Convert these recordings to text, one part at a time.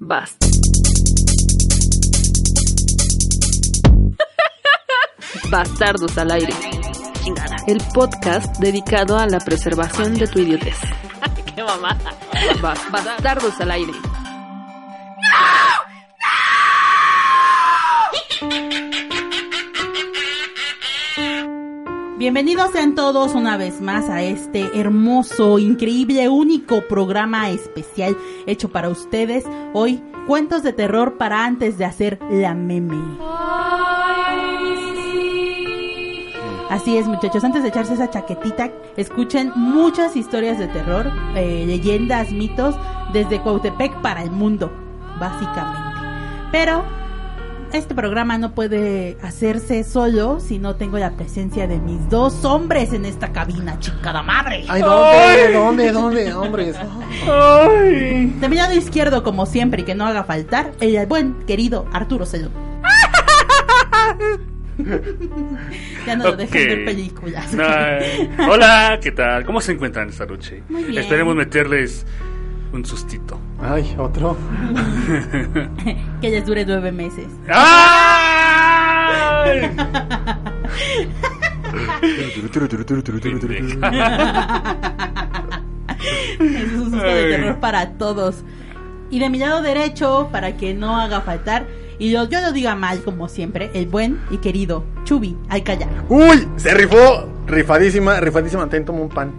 Basta. Bastardos al aire. Chingada. El podcast dedicado a la preservación de tu idiotez. Qué mamada. Bas- Bastardos al aire. Bienvenidos sean todos una vez más a este hermoso, increíble, único programa especial hecho para ustedes. Hoy, cuentos de terror para antes de hacer la meme. Así es, muchachos, antes de echarse esa chaquetita, escuchen muchas historias de terror, eh, leyendas, mitos, desde Cuautepec para el mundo, básicamente. Pero este programa no puede hacerse solo si no tengo la presencia de mis dos hombres en esta cabina, chingada madre. Ay, ¿dónde? ¿Dónde? ¿Dónde? Hombres. De mi lado izquierdo, como siempre, y que no haga faltar, el buen querido Arturo Celo. ya no lo dejen Ok. ver películas. Ay, Hola, ¿qué tal? ¿Cómo se encuentran esta noche? Muy bien. Esperemos meterles un sustito. Ay, otro. que les dure nueve meses. ¡Ay! Es un susto de Ay. terror para todos. Y de mi lado derecho, para que no haga faltar, y yo, yo lo diga mal, como siempre, el buen y querido Chubi Alcayá. ¡Uy! Se rifó. Rifadísima, rifadísima. Ten, toma un pan.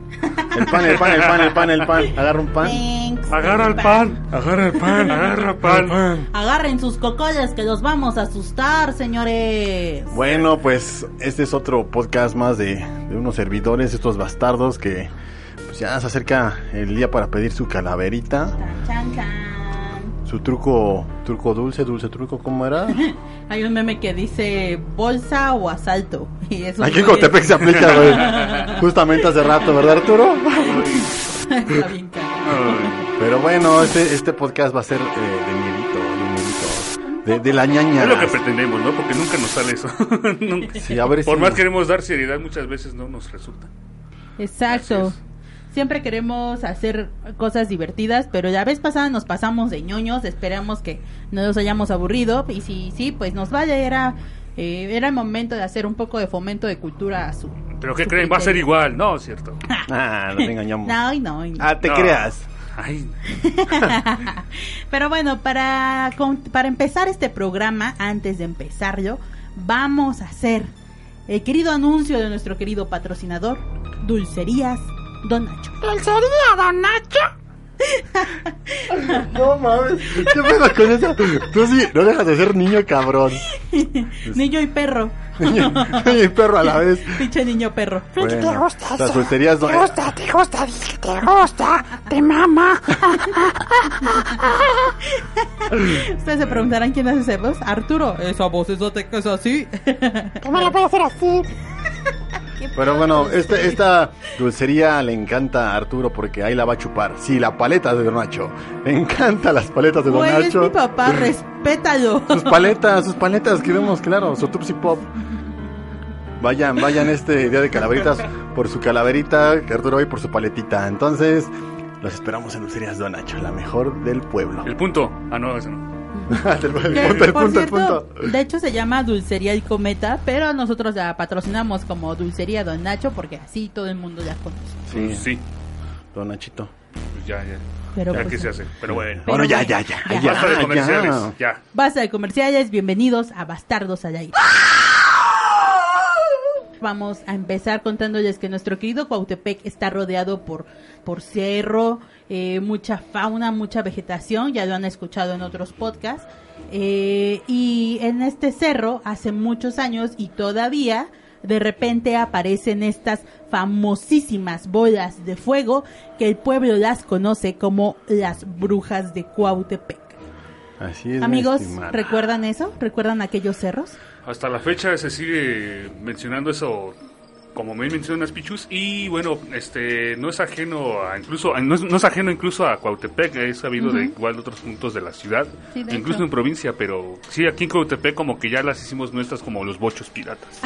El pan, el pan, el pan, el pan, el pan. Agarra un pan. Thanks. Agarra el pan, agarra el pan, agarra el pan. Agarren sus cocoles que los vamos a asustar, señores. Bueno, pues este es otro podcast más de, de unos servidores, estos bastardos que pues, ya se acerca el día para pedir su calaverita, Tan, chan, chan. su truco, truco dulce, dulce truco, ¿cómo era? Hay un meme que dice bolsa o asalto. Y eso Aquí en Cotepec se aplica, güey. Justamente hace rato, ¿verdad, Arturo? Está bien cagado. Ay, Pero bueno, este, este podcast va a ser eh, de miedito, de miedito. De, de la ñaña. Es lo que pretendemos, ¿no? Porque nunca nos sale eso. Nunca. Sí, a ver Por si- más queremos dar seriedad, muchas veces no nos resulta. Exacto. Así Siempre queremos hacer cosas divertidas, pero la vez pasada nos pasamos de ñoños, esperamos que no nos hayamos aburrido y si sí, pues nos vale, era eh, era el momento de hacer un poco de fomento de cultura azul. Pero ¿qué creen? Va a ser igual, ¿no? ¿Cierto? Ah, nos engañamos. No, y no, y no. Ah, te No. creas. Ay, Pero bueno, para, con- para empezar este programa, antes de empezarlo, vamos a hacer el querido anuncio de nuestro querido patrocinador, Dulcerías Don Nacho. No mames. ¿Qué pedo con eso? Tú sí, no dejas de ser niño cabrón. Niño y perro. Niño, niño y perro a la vez. Pinche niño perro. Bueno, las dulcerías no. Te gusta, te gusta, dice que te gusta, te mama. Ustedes se preguntarán quién hace esa voz. Arturo. Esa voz es que es así. Que me la puedo hacer así. Pero bueno, este, esta dulcería le encanta a Arturo porque ahí la va a chupar. Sí, la paleta de Don Nacho. Le encanta las paletas de Don Güey, es Nacho. mi papá, respétalo. Sus paletas, sus paletas que vemos, claro, su Tupsi Pop. Vayan, vayan este día de calaveritas por su calaverita, que Arturo hoy por su paletita. Entonces, los esperamos en Dulcerías Don Nacho, la mejor del pueblo. el punto. Ah, no, eso no. el punto, Que, el punto, el por punto, el cierto, punto. de hecho se llama Dulcería El Cometa, pero nosotros la patrocinamos como Dulcería Don Nacho porque así todo el mundo la conoce. Sí, Sí, Don Nachito. pues ya, ya. Pero Ya pues, que se hace. Pero bueno. Pero bueno, ya, bueno, ya, ya, ya. ya. Basta de comerciales. ya. Ya. Basta de comerciales, bienvenidos a Bastardos al Aire. Vamos a empezar contándoles que nuestro querido Cuautepec está rodeado por, por cerro, eh, mucha fauna, mucha vegetación, ya lo han escuchado en otros podcasts. Eh, y en este cerro, hace muchos años y todavía, de repente aparecen estas famosísimas bolas de fuego que el pueblo las conoce como las brujas de Cuautepec. Así es. mi Amigos, estimada. ¿recuerdan eso? ¿Recuerdan aquellos cerros? Hasta la fecha se sigue mencionando eso como me mencionan las pichus y bueno, este no es ajeno a incluso no es, no es ajeno incluso a Cuautepec, he sabido de igual otros puntos de la ciudad, Sí, de incluso hecho. en provincia, pero sí aquí en Cuautepec como que ya las hicimos nuestras como los bochos Ah. piratas.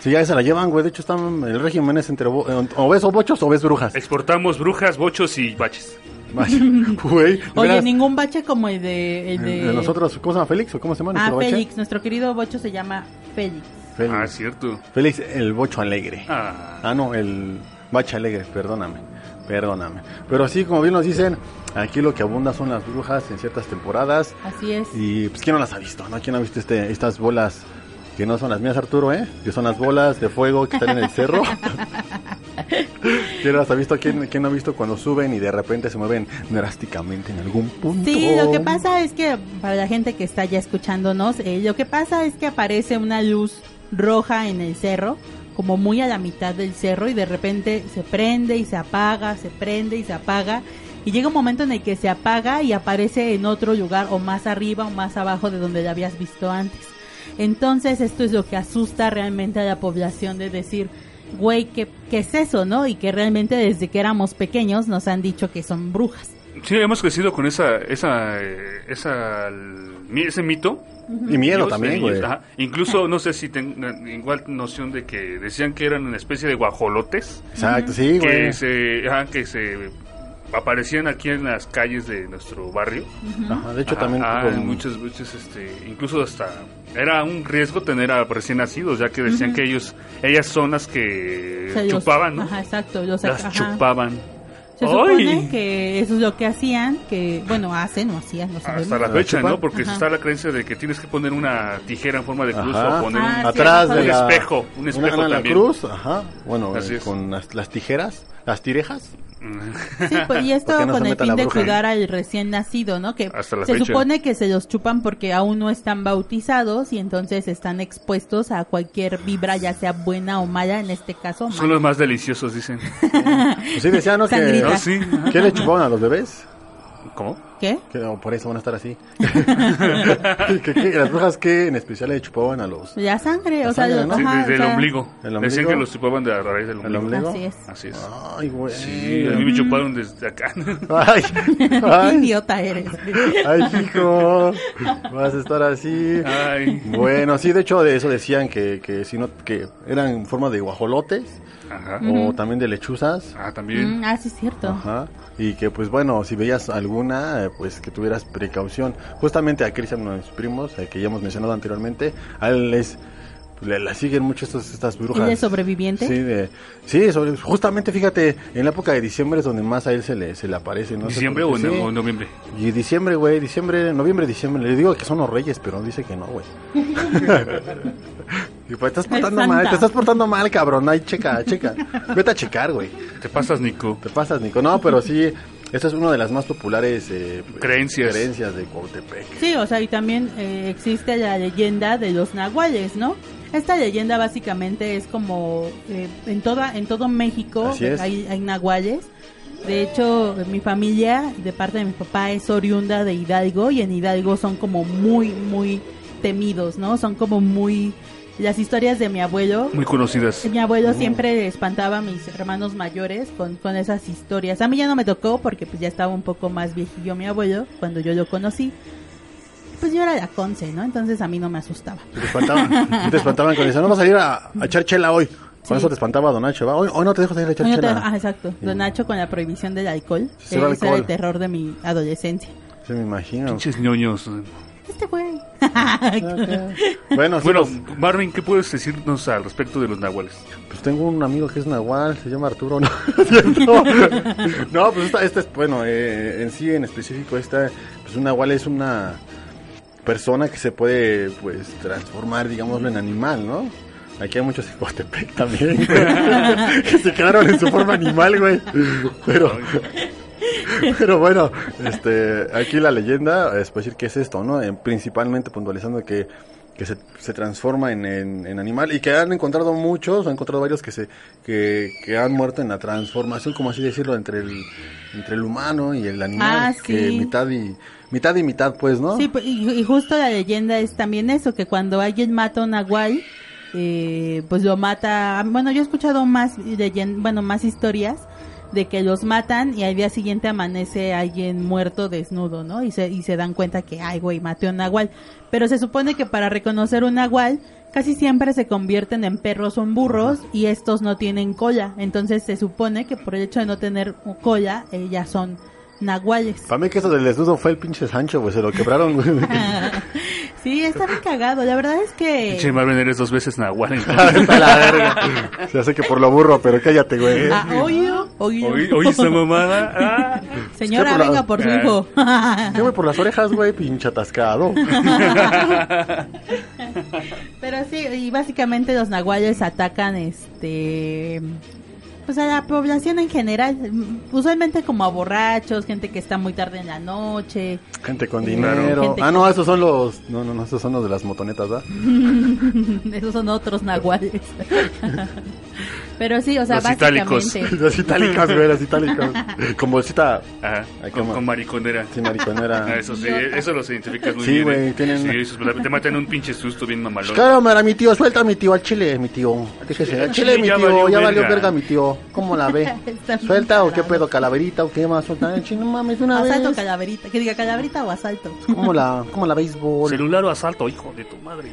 Sí, ya se la llevan, güey. De hecho, están, el régimen es entre bo- o ves o eh, bochos o ves brujas. Exportamos brujas, bochos y baches. Vaya, güey. Oye, verás, ningún bache como el de... El de... de nosotros, ¿cómo se llama Félix o cómo se llama Ah, nuestro bache? Félix, nuestro querido Bocho se llama Félix. Félix. Ah, cierto. Félix, el bocho alegre. Ah, Ah, no, el bache alegre, perdóname, perdóname. Pero sí, como bien nos dicen, aquí lo que abunda son las brujas en ciertas temporadas. Así es. Y pues, ¿quién no las ha visto? ¿No? ¿Quién ha visto este, estas bolas que no son las mías, Arturo, eh? Que son las bolas de fuego que están en el cerro. ¿Quién no las ha visto? ¿Quién, quién no ha visto cuando suben y de repente se mueven drásticamente en algún punto? Sí, lo que pasa es que, para la gente que está ya escuchándonos, eh, lo que pasa es que aparece una luz roja en el cerro, como muy a la mitad del cerro, y de repente se prende y se apaga, se prende y se apaga, y llega un momento en el que se apaga y aparece en otro lugar, o más arriba o más abajo de donde la habías visto antes. Entonces, esto es lo que asusta realmente a la población de decir, güey, ¿qué, qué es eso, no? Y que realmente desde que éramos pequeños nos han dicho que son brujas. sí, hemos crecido con esa, esa, eh, esa, mi- ese mito. Y miedo Dios, eh, también, güey. ajá. Incluso, no sé si tengan igual noción de que decían que eran una especie de guajolotes. Exacto, sí, güey. que se, ajá, que se aparecían aquí en las calles de nuestro barrio. Ajá, de hecho, Ajá, también ah, con- muchos, muchos, este, incluso hasta era un riesgo tener a recién nacidos, ya que decían que ellos, ellas son las que O sea, los- Eh, chupaban, ¿no? Ajá, exacto. Los, las ajá. chupaban. Se ¡Ay! supone que eso es lo que hacían, que, bueno, hacen o hacían, no sabemos. Hasta la ¿La fecha, chupan? ¿no? Porque Ajá. está la creencia de que tienes que poner una tijera en forma de cruz Ajá. o poner Ah, un... atrás sí, de un la- espejo, un una- espejo una- la también. cruz, ajá. Bueno, Así eh, es. con las, las tijeras, las tirejas. Sí, pues, y esto Porque no se con el meta la fin de bruja. cuidar al recién nacido, ¿no? Que Hasta la se fecha. supone que se los chupan porque aún no están bautizados y entonces están expuestos a cualquier vibra, ya sea buena o mala, en este caso. Son mala. los más deliciosos, dicen. Pues sí, decían, ¿no? Que, Sangrita. No, sí. ajá. ¿Qué le chupaban a los bebés? ¿Cómo? ¿Qué? Que, oh, por eso van a estar así. ¿Qué- qué? las brujas que en especial le chupaban a los... La sangre, La o sea, sangre, los- ¿no? Sí, ajá, desde o el sea, ombligo. ¿El Decían ombligo? que los chupaban de a raíz del ¿El ombligo? ombligo. Así es. Así es. Ay, güey. Sí, a mí me chuparon desde acá. Ay, Qué ay, idiota eres. ay, hijo. Vas a estar así. Ay. Bueno, sí, de hecho, de eso decían que, que, si no, que eran en forma de guajolotes Ajá. o también de lechuzas. Ah, también. Mm, ah, sí, es cierto. Ajá. Y que, pues bueno, si veías alguna, eh, pues que tuvieras precaución. Justamente a Cristian, uno de mis primos, eh, que ya hemos mencionado anteriormente, a él les, pues, le, la siguen mucho estos, estas brujas. ¿Él es sobreviviente? Sí, de, sí sobre- justamente fíjate, en la época de diciembre es donde más a él se le, se le aparece. ¿no? ¿Diciembre Sí. o, no- o noviembre? Y diciembre, güey, diciembre, noviembre, diciembre. Le digo que son los reyes, pero dice que no, güey. y pues estás portando El mal, Santa. te estás portando mal, cabrón. Ay, checa, checa. Vete a checar, güey. Te pasas, Nico. Te pasas, Nico. No, pero sí, esta es una de las más populares eh, Creencias. creencias de Cuautepec. Sí, o sea, y también eh, existe la leyenda de los nahuales, ¿no? Esta leyenda básicamente es como eh, en toda en todo México Así es. hay, hay nahuales. De hecho, mi familia de parte de mi papá es oriunda de Hidalgo y en Hidalgo son como muy muy temidos, ¿no? Son como muy las historias de mi abuelo Muy conocidas. mi abuelo siempre espantaba a mis hermanos mayores con, con esas historias. A mí ya no me tocó porque pues ya estaba un poco más viejillo mi abuelo cuando yo lo conocí. Pues yo era la conce, ¿no? Entonces a mí no me asustaba. Te espantaban, te espantaban con eso. No vas a ir a, a echar chela hoy. Con Sí. eso te espantaba Don Nacho, ¿va? Hoy, hoy no te dejo salir a echar Oye, chela. otra- ah, exacto. Don Nacho con la prohibición del alcohol. Eh, Sí, Ese el era alcohol. el terror de mi adolescencia. Sí, me imagino. Pinches ñoños. Este güey. Bueno, sí, Bueno, pues, Marvin, ¿qué puedes decirnos al respecto de los nahuales? Pues tengo un amigo que es Nahual, se llama Arturo, ¿no? es cierto? no, pues esta, esta es, bueno, eh, en sí, en específico, esta, pues un Nahual es una persona que se puede, pues, transformar, digámoslo, en animal, ¿no? Aquí hay muchos en Coatepec también, güey, que se quedaron en su forma animal, güey. Pero, pero bueno, este, aquí la leyenda es para decir que es esto, ¿no? En- principalmente puntualizando que, que se, se transforma en, en- en animal y que han encontrado muchos, han encontrado varios que se que, que han muerto en la transformación, como así decirlo, entre el entre el humano y el animal, Ah, sí. que mitad y mitad y mitad, pues, ¿no? Sí, pues, y, y justo la leyenda es también eso, que cuando alguien mata a un nahual, eh, pues lo mata. Bueno, yo he escuchado más leyen- bueno, más historias de que los matan y al día siguiente amanece alguien muerto desnudo, ¿no? Y se, y se dan cuenta que, ay, güey, maté a un nahual. Pero se supone que para reconocer un nahual, casi siempre se convierten en perros o en burros y estos no tienen cola. Entonces se supone que por el hecho de no tener cola, eh, ya son Nahuales. Para mí que eso del desnudo fue el pinche Sancho, güey. Se lo quebraron, güey. sí, está bien cagado. La verdad es Pinche que... Marvel, eres dos veces Nahual. Hasta la verga. Se hace que por lo burro, pero cállate, güey. Ah, oyo, oyo. Oye, oye esa mamada. Ah. Señora, Es que por la- venga por su Eh. hijo. Sí, güey, por las orejas, güey, pinche atascado. Pero sí, y básicamente los nahuales atacan este pues a la población en general, mm, usualmente como a borrachos, gente que está muy tarde en la noche. Gente con Sí, dinero. gente ah, con- no, esos son los. No, no, no, esos son los de las motonetas, ¿verdad? Esos son otros nahuales. Pero sí, o sea, Los itálicos. básicamente Las itálicas, güey, las itálicas. Con bolsita. Ajá, Ay, con, cómo. con mariconera. Sí, Ah, mariconera. eso sí, eso los identificas muy Sí, bien. güey, ¿eh? tienen- Sí, eso es- te matan un pinche susto bien mamalón. Pues Claro, mira, mi tío, suelta a mi tío, al chile, mi tío. Fíjese, al chile, mi Ya tío, valió ya valió verga. verga mi tío. ¿Cómo la ve? Está bien ¿Suelta o qué parado. pedo? ¿Calaverita o qué más? Suelta, Ay, chino, mames, una asalto vez. calaverita, que diga calaverita o asalto. ¿Cómo la, cómo la béisbol? Celular o asalto, hijo de tu madre.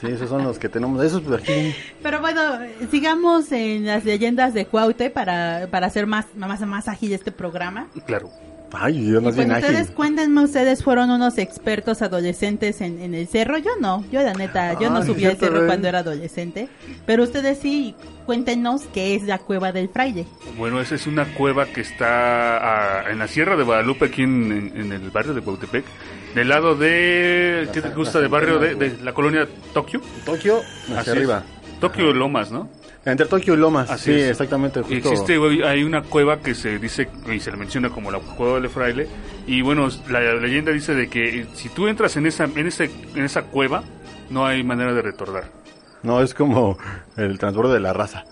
Sí, esos son los que tenemos. Esos, pues, aquí. Pero bueno, sigamos en las leyendas de Cuaute para, para hacer más, más, más ágil este programa. Claro. Ay, Dios, Y más pues bien ágil. ustedes cuéntenme, ustedes fueron unos expertos adolescentes en, en el cerro. Yo no, yo la neta, yo no Ay, subí al cierto, cerro güey. cuando era adolescente. Pero ustedes sí, cuéntenos qué es la cueva del fraile. Bueno, esa es una cueva que está ah, en la Sierra de Guadalupe, aquí en, en- en el barrio de Cuautepec. Del lado de. ¿Qué te gusta? Del barrio de, de la colonia Tokio. Tokio, Así hacia es. arriba. Tokio Lomas, ¿no? Entre Tokio y Lomas. Así sí, es. exactamente. Y justo. Existe, güey, hay una cueva que se dice y se le menciona como la cueva del fraile. Y bueno, la leyenda dice de que eh, si tú entras en esa, en ese, en esa cueva, no hay manera de retornar. No, es como el transbordo de la raza.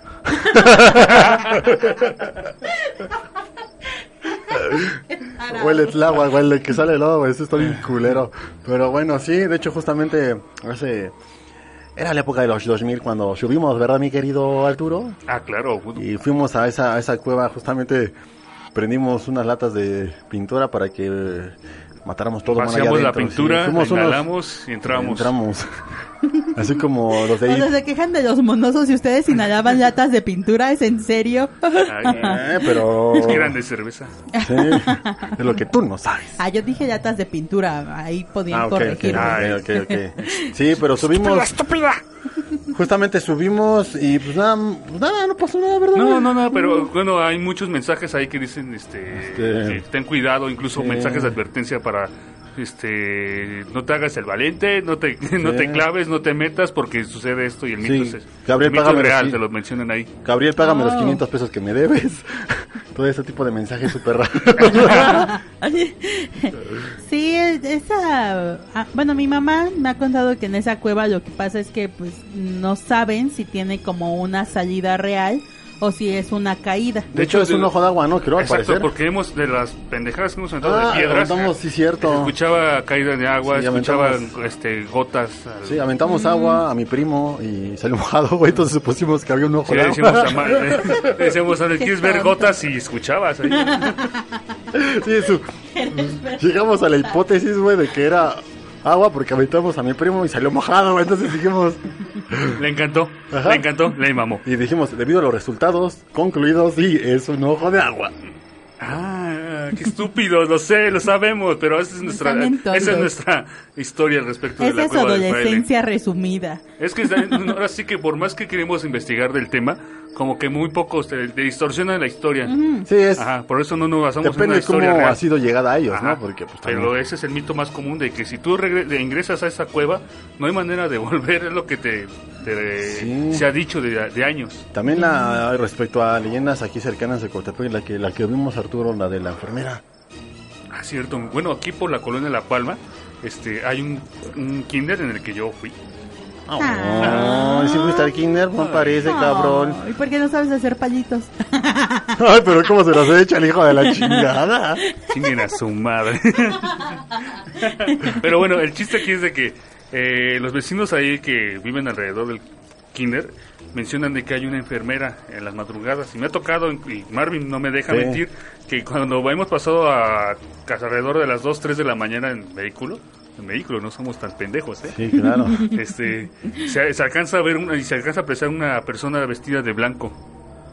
Huele el agua, huele que sale el agua, eso está bien culero. Pero bueno, sí, de hecho justamente hace... Era la época de los 2000 cuando subimos, ¿verdad, mi querido Arturo? Ah, claro. Y fuimos a esa, a esa cueva, justamente prendimos unas latas de pintura para que eh, matáramos todo. mal allá Vaciamos la adentro, sí. pintura, Fuimos unos- inhalamos y entramos. Entramos. Así como los de Cuando se quejan de los monosos y ustedes inhalaban latas de pintura, ¿es en serio? Ay, Eh, pero... es que eran de cerveza. Sí, es lo que tú no sabes. Ah, yo dije latas de pintura, ahí podían Ah, ok, ok, corregirme. ok, ok, ok. Sí, pero Pues, subimos, estúpida. justamente subimos y pues nada, pues nada, no pasó nada, ¿verdad? No, no, no, pero bueno, hay muchos mensajes ahí que dicen, este, Este- que ten cuidado, incluso Sí. mensajes de advertencia para, este, no te hagas el valiente, no te, no te claves, no te metas porque sucede esto y el mito Sí. es, Gabriel, el mito págame es real, los- te lo mencionan ahí. Gabriel, págame los Oh. 500 pesos que me debes. Todo ese tipo de mensajes súper raros. Sí, esa... ah, bueno, mi mamá me ha contado que en esa cueva lo que pasa es que pues no saben si tiene como una salida real o si es una caída. De hecho, es un ojo de agua, ¿no? Creo, al Exacto, parecer. porque hemos, de las pendejadas que hemos aventado Ah, de piedras, aventamos, sí, se cierto. escuchaba caída de agua, Sí, escuchaba, aventamos. este, gotas. al- Sí, aventamos agua a mi primo y salió mojado, güey. Entonces supusimos que había un ojo Sí, de le agua. decimos a Ma- le- le decíamos a Ale, Qué ¿quieres ver tonto. gotas? Y escuchabas ahí. Sí, su- Llegamos a la hipótesis, güey, de que era agua porque aventamos a mi primo y salió mojado, güey. Entonces dijimos... Le encantó, Ajá. le encantó, le mamó. Y dijimos, debido a los resultados concluidos, sí, es un ojo de agua. Ah, qué estúpidos, lo sé, lo sabemos, pero esa es nuestra, Están tontos. esa es nuestra historia al respecto de Esa la es cueva del fraile. adolescencia resumida. Es que está- no, ahora sí que por más que queremos investigar del tema, como que muy pocos te, te distorsionan la historia. Sí, es. Ajá, por eso no nos basamos en Depende una de cómo historia real. ha sido llegada a ellos, Ajá, ¿no? Porque, pues, también- pero ese es el mito más común de que si tú regre- de- ingresas a esa cueva, no hay manera de volver, es lo que te, te- Sí. se ha dicho de, de años. También la, respecto a leyendas aquí cercanas de Cotepec, la que, la que vimos Arturo, la de la enfermera. Ah, cierto. Bueno, aquí por la colonia La Palma, este, hay un, un kinder en el que yo fui. Ah. Ay, si fuiste al kinder, no parece, cabrón. ¿Y por qué no sabes hacer palitos? Ay, pero cómo se los echa el hijo de la chingada. Chinguen a su madre. Pero bueno, el chiste aquí es de que eh, los vecinos ahí que viven alrededor del kinder mencionan de que hay una enfermera en las madrugadas. Y me ha tocado, y Marvin no me deja Sí. mentir, que cuando hemos pasado a que alrededor de las 2, 3 de la mañana en vehículo, en vehículo, no somos tan pendejos, ¿eh? Sí, claro. Este, se, se alcanza a ver una, y se alcanza a apreciar una persona vestida de blanco.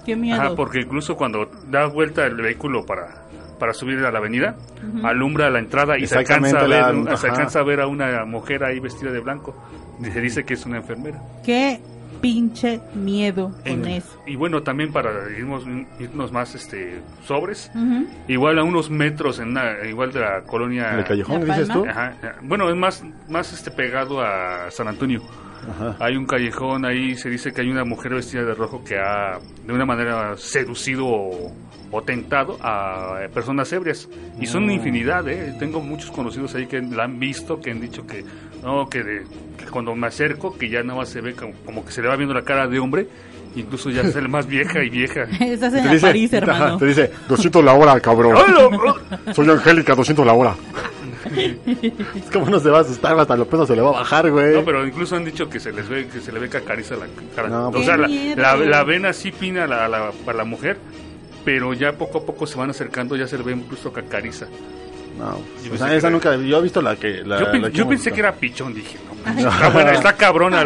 Qué miedo. Ajá, porque incluso cuando da vuelta el vehículo para para subir a la avenida, alumbra la entrada y se Exactamente, alcanza, a ver, la- se ajá. alcanza a ver a una mujer ahí vestida de blanco. Y Se dice que es una enfermera. Qué pinche miedo con En- eso. y bueno, también para irnos, irnos más este sobres, Ujú. igual a unos metros, en una- igual de la colonia... ¿En el callejón, La dices tú? Palma. Ajá, ajá. bueno, es más, más este pegado a San Antonio. Ajá. Hay un callejón ahí, se dice que hay una mujer vestida de rojo que ha, de una manera, seducido o, o tentado a eh, personas ebrias. Y son infinidad, ¿eh? Tengo muchos conocidos ahí que la han visto, que han dicho que, no, que, de- que cuando me acerco, que ya nada más se ve como, como que se le va viendo la cara de hombre, incluso ya es el más vieja y vieja. Estás Te en la dice, París, ajá, hermano. te dice, 200 la hora, cabrón. ¡Hola! Soy Angélica, 200 la hora. es como no se va a asustar, hasta los pesos se le va a bajar, güey. No, pero incluso han dicho que se les ve que se le ve que acaricia la cara. No, o pues- sea, la, ¡Qué miedo! la- la ven así fina a la, a la- a la mujer, pero ya poco a poco se van acercando, ya se le ve incluso que acaricia. No, pues, o Yo pensé sea, que esa era- nunca, yo he visto la que... La, Ah, yo pen- la yo hemos pensé visto. que era pichón, dije, no, manches, está buena, está cabrona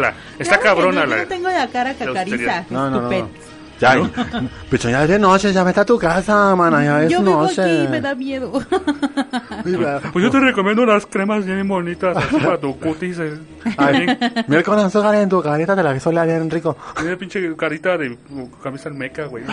la, está Claro que cabrona no, la. Yo no tengo la cara cacariza. austeridad. No, no, no. estupendo. Ya, pichón, ya es de noche, ya vete a tu casa, mana, ya es Yo vivo noche. aquí y me da miedo. Viva. Pues yo te recomiendo unas cremas bien bonitas así para tu cutis. eh. Ay, Bien- mira con azúcar en tu carita, te la que sola bien rico. Tiene pinche carita de uh, camisa almeca, güey.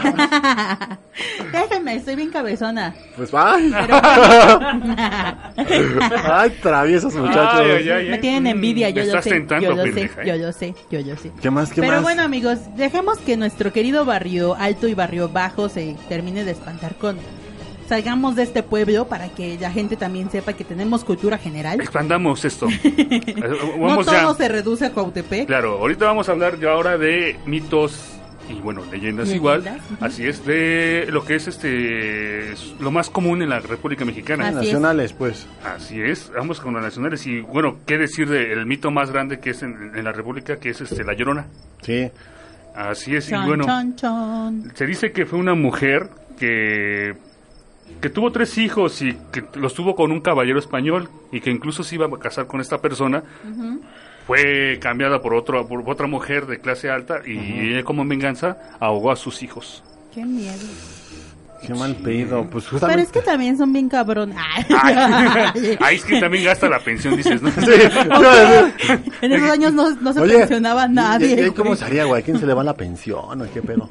Déjenme, estoy bien cabezona. Pues ay. ay, traviesos muchachos. Ay, ay, ay, Me eh. tienen envidia, Me yo lo estás sé. tentando, yo lo sé, pendeja, eh. yo lo sé, yo lo sé. ¿Qué más, qué Pero más? bueno amigos, dejemos que nuestro querido barrio alto y barrio bajo se termine de espantar con... Salgamos de este pueblo para que la gente también sepa que tenemos cultura general. Expandamos esto. Eh, no Vamos todo ya. se reduce a Cuautepec. Claro, ahorita vamos a hablar ya ahora de mitos y bueno, leyendas, Leyendas, igual. ujú. Así es, de lo que es este lo más común en la República Mexicana. Así es. Nacionales, pues. Así es, vamos con los nacionales. Y bueno, ¿qué decir del mito más grande que es en, en la República, que es este La Llorona? Sí. Así es, Chon, y bueno, chon, chon. se dice que fue una mujer que, que tuvo tres hijos y que los tuvo con un caballero español y que incluso se iba a casar con esta persona. Fue cambiada por, otro, por otra mujer de clase alta y ella como venganza ahogó a sus hijos. Qué miedo. Qué mal pedido. Pues Pero es justamente. que también son bien cabrones. Ay, Ahí es que también gasta la pensión, dices, ¿no? Sí, yo iba a decir, en esos años no, no se oye, pensionaba nadie. ¿y- y- y ¿Cómo güey. sería, güey? ¿A quién se le va la pensión? ¿O qué pedo?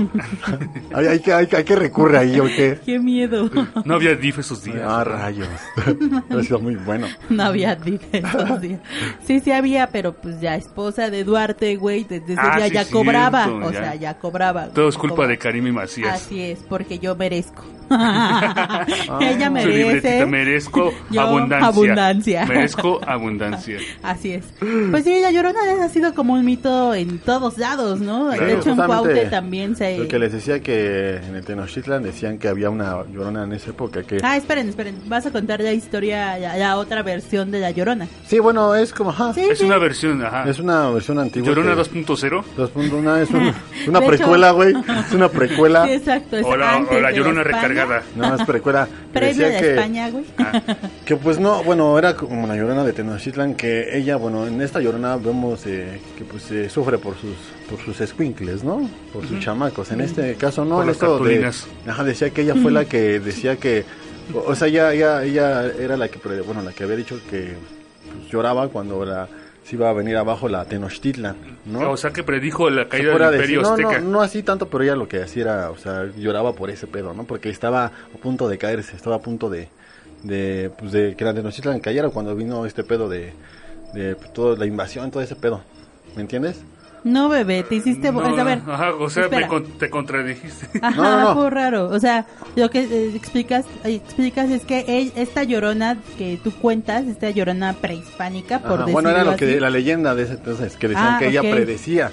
hay, hay, que, hay, que- hay que recurre ahí, ¿o qué? Qué miedo. No había DIF esos días. Ah, rayos. ha sido muy bueno. No había dicho esos días. Sí, sí había, pero pues ya esposa de Duarte, güey, desde ese Ah, día sí, ya cierto, cobraba. o ya. sea, ya cobraba. Todo es culpa Cobra. de Karim y Macías. Así es, porque yo merezco. Ella Su libretita, merece. merezco Yo, abundancia. abundancia. Merezco abundancia. Así es. Pues sí, la llorona ha sido como un mito en todos lados, ¿no? De Claro. hecho, en Justamente, Cuaute también se. Lo que les decía que en el Tenochtitlan decían que había una llorona en esa época que... Ah, esperen, esperen. Vas a contar la historia, la, la otra versión de la llorona. Sí, bueno, es como... ajá, Sí, Es sí. una versión, ajá. Es una versión antigua. Llorona que- 2.0. dos punto una es un- una De hecho- precuela, güey. Es una precuela. Sí, exacto. es O la, antes o la de llorona España, recargada. No, es precuela. Previo de que, España, güey. que pues no, bueno, era como la llorona de Tenochtitlan que ella, bueno, en esta llorona vemos eh, que pues eh, sufre por sus por sus escuincles, ¿no? Por sus chamacos. En este caso no, Por en las esto de- cartulinas. ajá, decía que ella fue la que decía que o, o sea, ella, ella ella era la que pre- bueno, la que había dicho que pues, lloraba cuando la se iba a venir abajo la Tenochtitlan, ¿no? O sea que predijo la se caída fuera del a decir, imperio no, azteca. no, no así tanto, pero ella lo que hacía era, o sea, lloraba por ese pedo, ¿no? Porque estaba a punto de caerse, estaba a punto de, de pues de que la Tenochtitlan cayera cuando vino este pedo de, de pues, toda la invasión, todo ese pedo, ¿me entiendes? No, bebé, te hiciste... bo- No, pues, a ver, ajá, o sea, me espera. con- te contradijiste. Ajá, No, no, no. fue raro. O sea, lo que eh, explicas, eh, explicas es que el- esta llorona que tú cuentas, esta llorona prehispánica, por Ajá, decirlo bueno, era lo que así, la leyenda de ese entonces, que decían Ah, que ok. ella predecía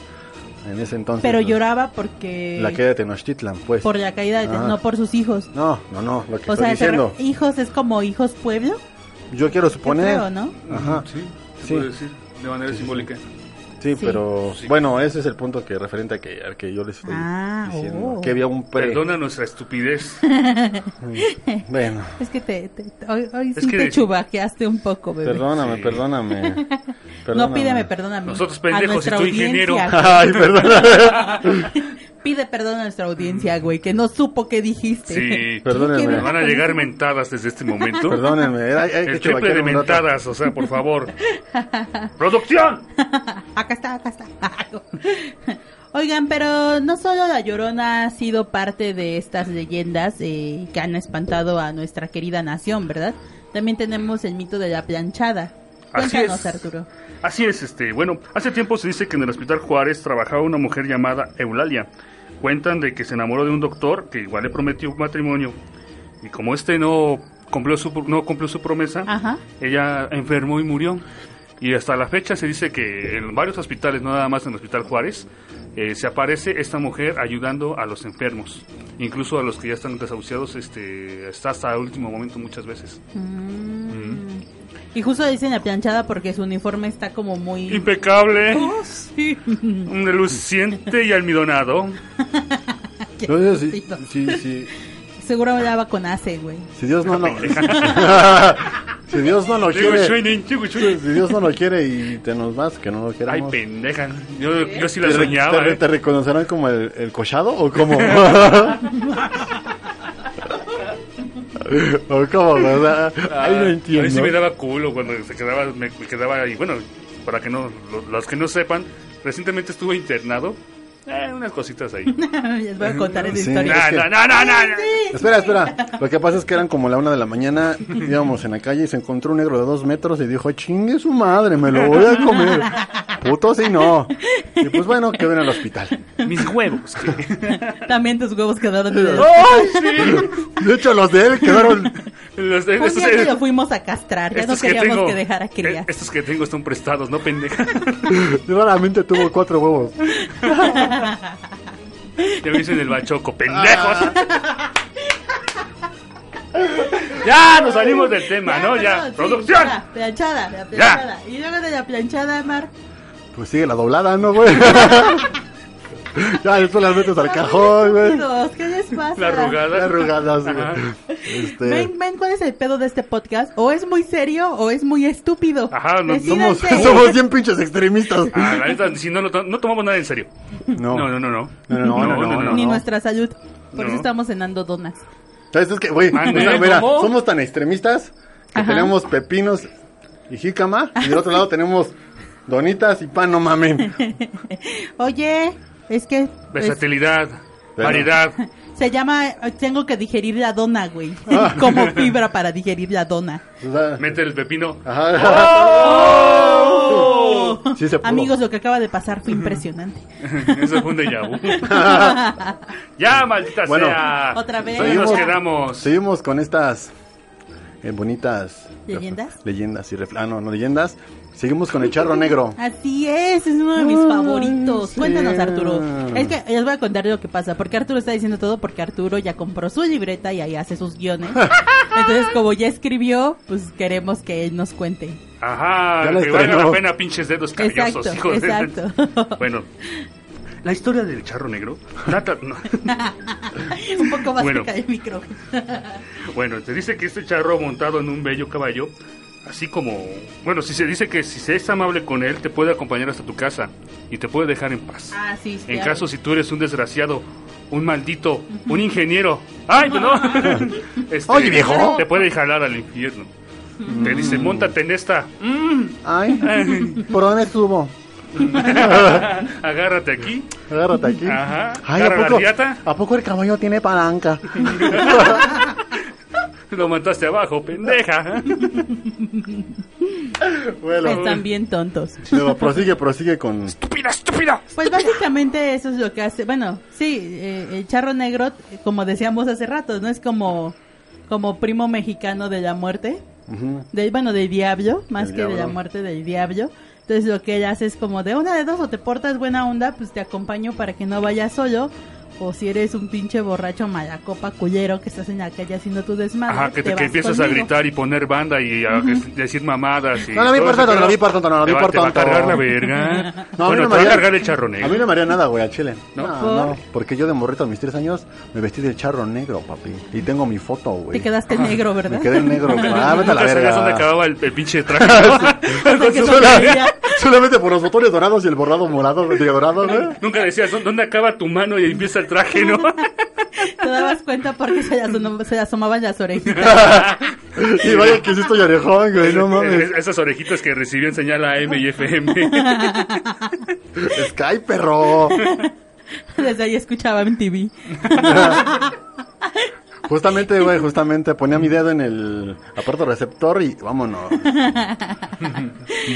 en ese entonces. pero ¿no? lloraba porque... La caída de Tenochtitlan, pues. Por la caída, de- Ajá. no por sus hijos. No, no, no, lo que O estoy sea, se re- diciendo. hijos es como hijos pueblo, Yo quiero yo suponer. creo, ¿no? Ajá. Sí, se Sí. puede decir de manera simbólica. Sí, Sí. pero Sí. bueno, ese es el punto que referente a que, al que yo les estoy Ah, diciendo. oh. Que había un pre. Perdona nuestra estupidez. Bueno, Es que te, te- te- hoy, hoy Es sí que- te chubaqueaste un poco, bebé. perdóname, Sí. perdóname, No pídeme, perdóname. Nosotros A pendejos y nuestra tú ingeniero. audiencia. Ay, perdóname. Pide perdón a nuestra audiencia, güey, que no supo qué dijiste. Sí, Perdónenme. me van a llegar mentadas desde este momento. Perdónenme, era- hay, que El triple de chavaquear un rato. mentadas, o sea, por favor. ¡Producción! acá está, acá está. Oigan, pero no solo La Llorona ha sido parte de estas leyendas eh, que han espantado a nuestra querida nación, ¿verdad? También tenemos el mito de la planchada. Así Cuéntanos, es. Arturo. Así es, este, bueno, hace tiempo se dice que en el Hospital Juárez trabajaba una mujer llamada Eulalia. Cuentan de que se enamoró de un doctor que igual le prometió un matrimonio y como este no cumplió su no cumplió su promesa, Ajá. ella enfermó y murió. Y hasta la fecha se dice que en varios hospitales, no nada más en el Hospital Juárez, eh, se aparece esta mujer ayudando a los enfermos, incluso a los que ya están desahuciados, este, está hasta el último momento muchas veces. Y justo dicen la planchada porque su uniforme está como muy... Impecable. Oh, sí. Un Reluciente y almidonado. Entonces, si, si- si- Seguro hablaba con ACE, güey. si Dios no lo... si Dios no lo Digo, quiere... "Chuinin, chico, chuinin". Si Dios no lo quiere y te nos vas, que no lo Ay, queramos. pendeja. Yo, yo sí la ¿Te re- soñaba. te, eh. te reconocerán como el, el cochado o como o como o sea, ahí no A mí Ah, sí entiendo me daba culo cuando se quedaba, me me quedaba ahí. Bueno, para que no, lo- los que no sepan, recientemente estuve internado. Eh, unas cositas ahí. No, Les voy a contar esa Sí. historia. que- no, no, no, no, no. espera espera lo que pasa es que eran como la una de la mañana íbamos en la calle y se encontró un negro de dos metros y dijo chingue su madre me lo voy a comer puto si no y pues bueno quedó en el hospital Mis huevos. También tus huevos quedaron... en el- ¡Ay, sí! de hecho los de él quedaron Los- Un estos- día que Pues lo fuimos a castrar, ya no estos queríamos que, tengo- dejara eh, cría. Estos que tengo están prestados, no pendeja. raramente tuvo cuatro huevos Ya me dicen el bachoco, pendejos. Ah. ya nos salimos del tema, ¿no? perdón, Ya, sí, producción. ya, planchada, la planchada. Y luego de la planchada, Mar. Pues sigue la doblada, ¿no, güey? ya, después las metes al cajón, güey. Estúpidos, ¿Qué les pasa? La arrugada. Qué arrugadas, güey. Ajá. Este, Ven, ven, ¿cuál es el pedo de este podcast? O es muy serio o es muy estúpido. Ajá, no- somos, Decídanse. somos bien pinches extremistas. Ah, la neta, si no, lo to- no tomamos nada en serio. No, No, no, no, no. No, no, no, no, no. Ni nuestra salud. Por No. eso estamos cenando donas. ¿Sabes? Es que, güey, Mande, no, mira, ¿cómo? somos tan extremistas que Ajá. tenemos pepinos y jícama y del otro lado tenemos donitas y pan, no mamen. Oye, es que pues, Versatilidad, Pero- variedad. se llama eh, tengo que digerir la dona, güey. Ah. Como fibra para digerir la dona. O sea, Mete el pepino. ajá. ¡Oh! Sí se pudo. Amigos, lo que acaba de pasar fue impresionante. Eso fue un déjà vu. ya, maldita Bueno, sea. otra vez. Ahí nos Seguimos. quedamos. Seguimos con estas eh, bonitas ¿Leyendas? Leyendas y ref- ah, no, no leyendas. Seguimos con el charro negro. Así es, es uno de mis Ay, favoritos. sí. Cuéntanos, Arturo. Es que les voy a contar lo que pasa, porque Arturo está diciendo todo porque Arturo ya compró su libreta y ahí hace sus guiones. Entonces, como ya escribió, pues queremos que él nos cuente. Ajá, Ya la que valga estrenó. la pena pinches dedos callosos, Exacto, hijo de- exacto. Bueno, la historia del charro negro trata... no. Un poco más Bueno. cerca del micro. Bueno, se dice que este charro montado en un bello caballo, así como, bueno, si se dice que si se es amable con él, te puede acompañar hasta tu casa y te puede dejar en paz. Ah, sí, sí, en claro. caso si tú eres un desgraciado, un maldito, un ingeniero, ay, no, Este, Oye, viejo. Mm. te puede jalar al infierno. Te dice, montate en esta, Ay, ¿por dónde estuvo? agárrate aquí, Agárrate aquí. Ajá. Ay, Agarra ¿a la poco, riata. ¿A poco el caballo tiene palanca? lo mataste abajo, pendeja. pues bueno, Están bien tontos. luego prosigue, prosigue con. estúpida, estúpida. Pues básicamente eso es lo que hace. Bueno, sí, eh, el charro negro, eh, como decíamos hace rato, ¿no? Es como, como primo mexicano de la muerte. Ujú. Del, bueno, del diablo, más Del que de la diablo. muerte del diablo. Entonces lo que él hace es como de una de dos, o te portas buena onda, pues te acompaño para que no vayas solo. O si eres un pinche borracho malacopa culero que estás en la calle haciendo tu desmadre. Ajá, que, te, que vas empiezas a conmigo. gritar y poner banda y a decir mamadas. Y No, no me todo importa, no, ese no me pedo. importa, no, no me Te va- importa, Te va a tonto. cargar la verga. No, a mí no bueno, me te va a haría- cargar el charro A mí negro. no me haría nada, güey, a Chile. ¿No? no, ¿Por? no, porque yo de morrito a mis tres años me vestí del charro negro, papi. Y tengo mi foto, güey. Te quedaste negro, ¿verdad? Me quedé en negro, güey. Ah, vete a la Nunca sabías dónde verga. acababa el, el pinche traje. ¿no? Hasta que Con su- sonreía. Solamente por los botones dorados y el borrado morado, digo, dorado, ¿no? Nunca decías, "¿Dó- ¿dónde acaba tu mano y empieza el traje, no? Te dabas cuenta porque se le, asom- se le asomaban las orejitas. Y vaya que sí estoy orejón, güey, no mames. Es- Eh, Esas orejitas que recibían señal AM y FM. eh, Sky, perro. Desde ahí escuchaba en Eh. TV. Justamente, güey, justamente ponía mi dedo en el aparato receptor y vámonos.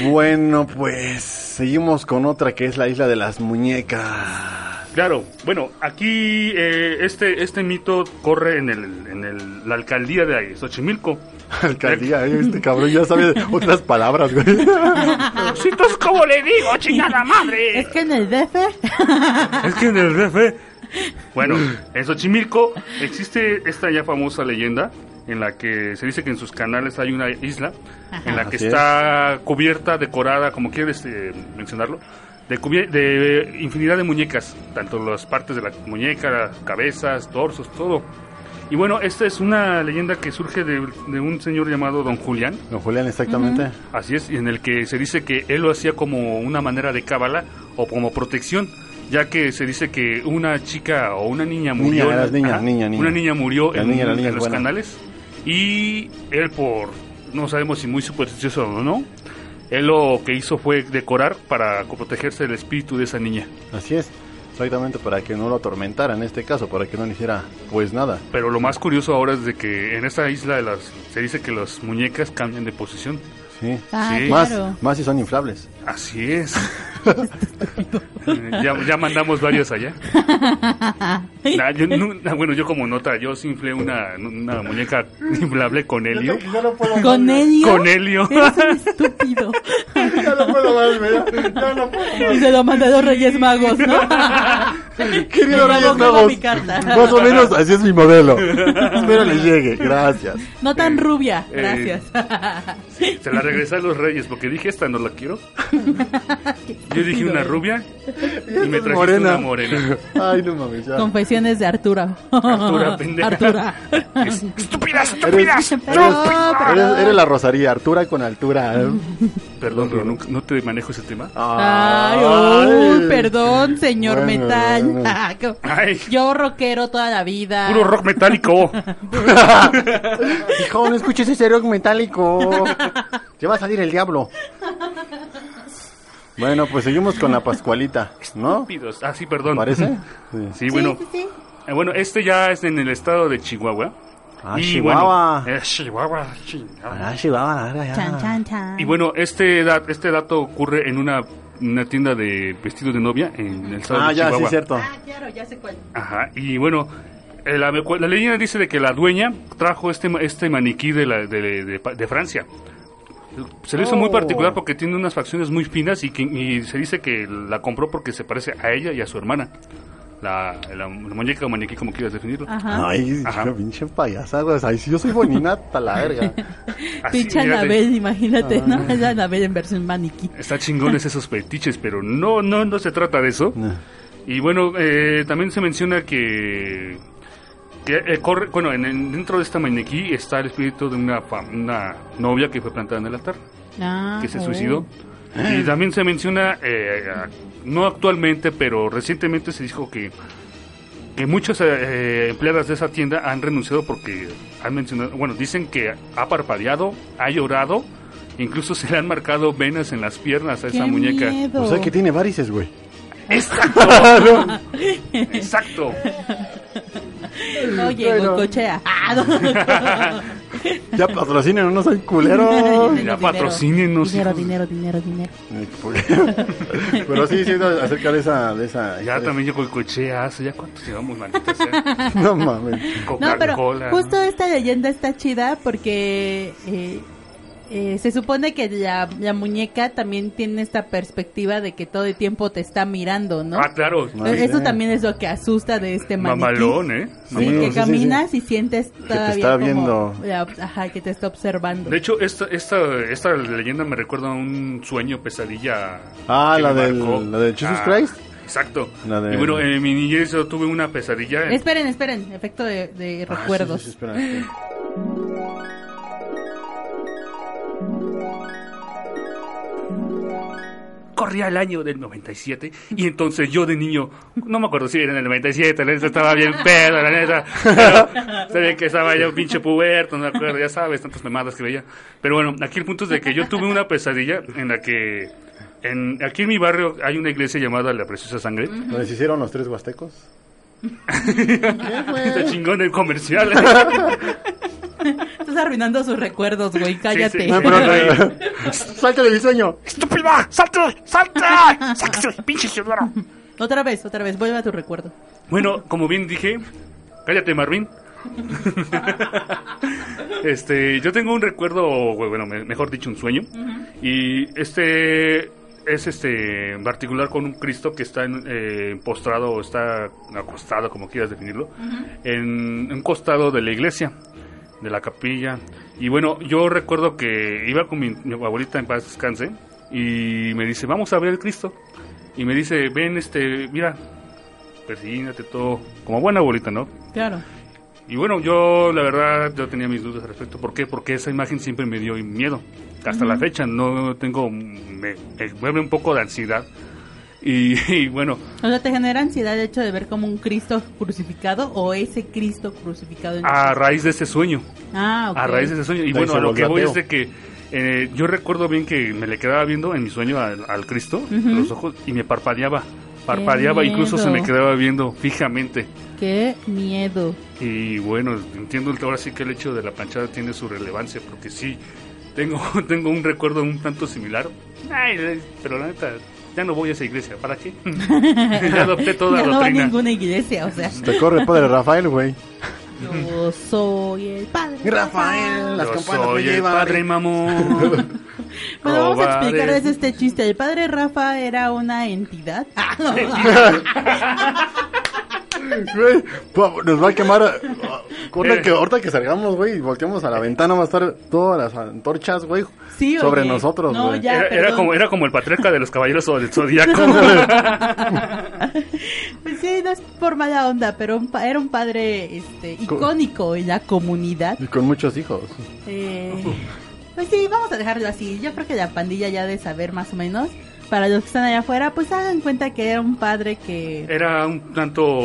Bueno, pues seguimos con otra que es la isla de las muñecas. Claro, bueno, aquí eh, este este mito corre en, el, en el- la alcaldía de Xochimilco. Alcaldía, eh, este cabrón ya sabe otras palabras, güey. Si tú como le digo, chingada madre. Es que en el DF Es que en el E refe. Bueno, en Xochimilco existe esta ya famosa leyenda en la que se dice que en sus canales hay una isla en la que Así está cubierta, decorada, como quieres eh, mencionarlo, de, cubie- de infinidad de muñecas, tanto las partes de la muñeca, las cabezas, torsos, todo. Y bueno, esta es una leyenda que surge de, de un señor llamado Don Julián, Don Julián, exactamente. Así es, y en el que se dice que él lo hacía como una manera de cábala o como protección, ya que se dice que una chica o una niña Niña, murió. en- eras niña, ajá, niña, niña. Una niña murió La en, niña, la en niña es los buena. canales y él por, no sabemos si muy supersticioso o no, él lo que hizo fue decorar para protegerse del espíritu de esa niña. Así es. Exactamente, para que no lo atormentara en este caso, para que no le hiciera pues nada. Pero lo más curioso ahora es de que en esta isla de las, se dice que las muñecas cambian de posición. Sí. Ah, Sí. Más, claro. más si son inflables. Así es. ya, ya mandamos varios allá. Nah, yo nu- nah, bueno, yo como nota, yo sí inflé una, una muñeca inflable con helio. con Helio. Con helio. Eres un estúpido. Ya no puedo más, güey. Ya no puedo. Y Pues se lo mandé a los Reyes Magos, ¿no? Querido Me Reyes mandó Magos, mi carta. más o menos así es mi modelo. Espero le llegue, gracias. No tan rubia, Eh, gracias. Se la regresé a los reyes porque dije, esta no la quiero. Yo dije una rubia y me trajiste una morena. Ay, no mames, ya. Confesiones de Arturo. Artura, pendeja. Artura. Es- Estúpida, estúpida. Eres, eres- eres- eres la Rosaría, Artura con altura. ¿eh? Perdón, pero nunca- no, te manejo ese tema. Ay, uy, perdón, señor Bueno, Metal. bueno. Ah, co- Ay. Yo rockero toda la vida. Puro rock metálico. Hijo, no escuches ese rock metálico. Te va a salir el diablo. Bueno, pues seguimos con la Pascualita, ¿no? Estúpidos. Ah, sí, perdón. ¿Parece? Sí. Sí, bueno. Eh, bueno, este ya es en el estado de Chihuahua. Ah, Y Chihuahua. bueno, eh, Chihuahua, chingada. Ah, sí, va, ahora ya. Chan, chan, chan. Y bueno, este, da- este dato ocurre en una, una tienda de vestidos de novia en el estado Ah, de ya, Chihuahua. sí, cierto. Ah, claro, ya sé cuál. Ajá, y bueno, eh, la, la leyenda dice de que la dueña trajo este, ma- este maniquí de, la, de, de- de Francia. Se le hizo muy Oh. particular porque tiene unas facciones muy finas y, que, y se dice que la compró porque se parece a ella y a su hermana. La, la- la muñeca o maniquí, como quieras definirlo. Ajá. Ay, Ajá. chica, pinche payasa, güey. Ay, si yo soy boninata, la verga. Así, Pinche fíjate. Ah. Anabel, imagínate, ¿no? Es Anabel en versión maniquí. Está chingones esos fetiches, pero no, no, no se trata de eso. No. Y bueno, eh, también se menciona que, que eh, corre, bueno, en, en- dentro de esta maniquí está el espíritu de una, fa- una novia que fue plantada en el altar, Ah, que se oh. suicidó. Y también se menciona, eh, a- no actualmente, pero recientemente se dijo que que muchas eh, empleadas de esa tienda han renunciado porque han mencionado, bueno, dicen que ha parpadeado, ha llorado, incluso se le han marcado venas en las piernas a ¡Qué esa muñeca. miedo! O sea Pues que tiene varices, güey. Exacto. Exacto. Oye, Bueno. Goicochea. Ah, no. Ya patrocinen, no soy culero. Ya Dinero, patrocínenos, Dinero, hijos. dinero, dinero, dinero. Pero sí, sí, acerca de esa. De esa Ya de- también yo coicoché hace ya cuántos llevamos, maldita sea. No mames. No, pero Coca-Cola. justo esta leyenda está chida porque eh, eh, se supone que la, la muñeca también tiene esta perspectiva de que todo el tiempo te está mirando, ¿no? Ah, claro. No, Eh, Eso sí. también es lo que asusta de este maniquí. Mamalón, ¿eh? Sí, Mamalón, que sí, sí, caminas y sientes te todavía está como viendo. la- ajá, que te está observando. De hecho, esta, esta, esta leyenda me recuerda a un sueño pesadilla. Ah, que la me del- marcó. Ah, la de Jesus Christ. Exacto. La de- Y bueno, en mi niñez yo tuve una pesadilla. en- Esperen, esperen, efecto de, de Ah, sí, recuerdos. sí, sí, espera, espera. corría el año del 97 y entonces yo de niño, no me acuerdo si era en el 97, la neta estaba bien pedo, la neta, pero se ve que estaba ya un pinche puberto, no me acuerdo, ya sabes, tantas memadas que veía. Pero bueno, aquí el punto es de que yo tuve una pesadilla en la que, en, aquí en mi barrio hay una iglesia llamada La Preciosa Sangre. ¿Nos hicieron los tres huastecos? Está chingón el comercial. Estás arruinando sus recuerdos, güey. Cállate. sí. No, pero no. Salte de mi sueño. ¡Estúpida! ¡Salte! ¡Salte! ¡Sáquese, pinche señora! Otra vez, otra vez. Vuelve a tu recuerdo. Bueno, como bien dije, cállate Marvin. este, yo tengo un recuerdo, o, bueno, me- mejor dicho, un sueño. Y este es este en particular con un Cristo que está en, eh, postrado o está acostado, como quieras definirlo, en un costado de la iglesia, de la capilla. Y bueno, yo recuerdo que iba con mi, mi abuelita en paz descanse y me dice, vamos a ver el Cristo. Y me dice, ven, este, mira, persígnate todo, como buena abuelita, ¿no? Claro. Y bueno, yo la verdad yo tenía mis dudas al respecto. ¿Por qué? Porque esa imagen siempre me dio miedo. Hasta la fecha no tengo... Me, me mueve un poco de ansiedad. Y, y bueno, O sea, ¿te genera ansiedad el hecho de ver como un Cristo crucificado o ese Cristo crucificado? En a raíz de ese sueño. ah, ok. A raíz de ese sueño. Y Ahí bueno, se a lo que volvió ateo. voy es de que eh, yo recuerdo bien que me le quedaba viendo en mi sueño al, al Cristo, los ojos, y me parpadeaba. Parpadeaba, incluso se me miedo. quedaba viendo fijamente. Qué miedo. Y bueno, entiendo que ahora sí que el hecho de la planchada tiene su relevancia, porque sí, tengo, tengo un recuerdo un tanto similar. Ay, eh, pero la neta, ya no voy a esa iglesia, ¿para qué? ya adopté toda ya la no va a doctrina. ninguna iglesia, o sea. Te corre el padre Rafael, güey. Yo soy el padre. Rafael, las Yo campanas me soy el llevan. padre, mamón. Bueno, vamos a Robaré. explicarles este chiste. El padre Rafa era una entidad. Ah, no. Güey, pa- nos va a quemar. ah, Ahorita que, ahorita que salgamos, güey, y volteamos a la ventana, va a estar todas las antorchas, güey, Sí, sobre oye. nosotros, No, güey. ya, era, era perdón. como, era como el patriarca de los caballeros o del zodiaco. Pues sí, no es por mala onda, pero un pa- era un padre este, Co- icónico en la comunidad. Y con muchos hijos. Eh, pues sí, vamos a dejarlo así. Yo creo que la pandilla ya de saber más o menos. Para los que están allá afuera, pues hagan cuenta que era un padre que... Era un tanto...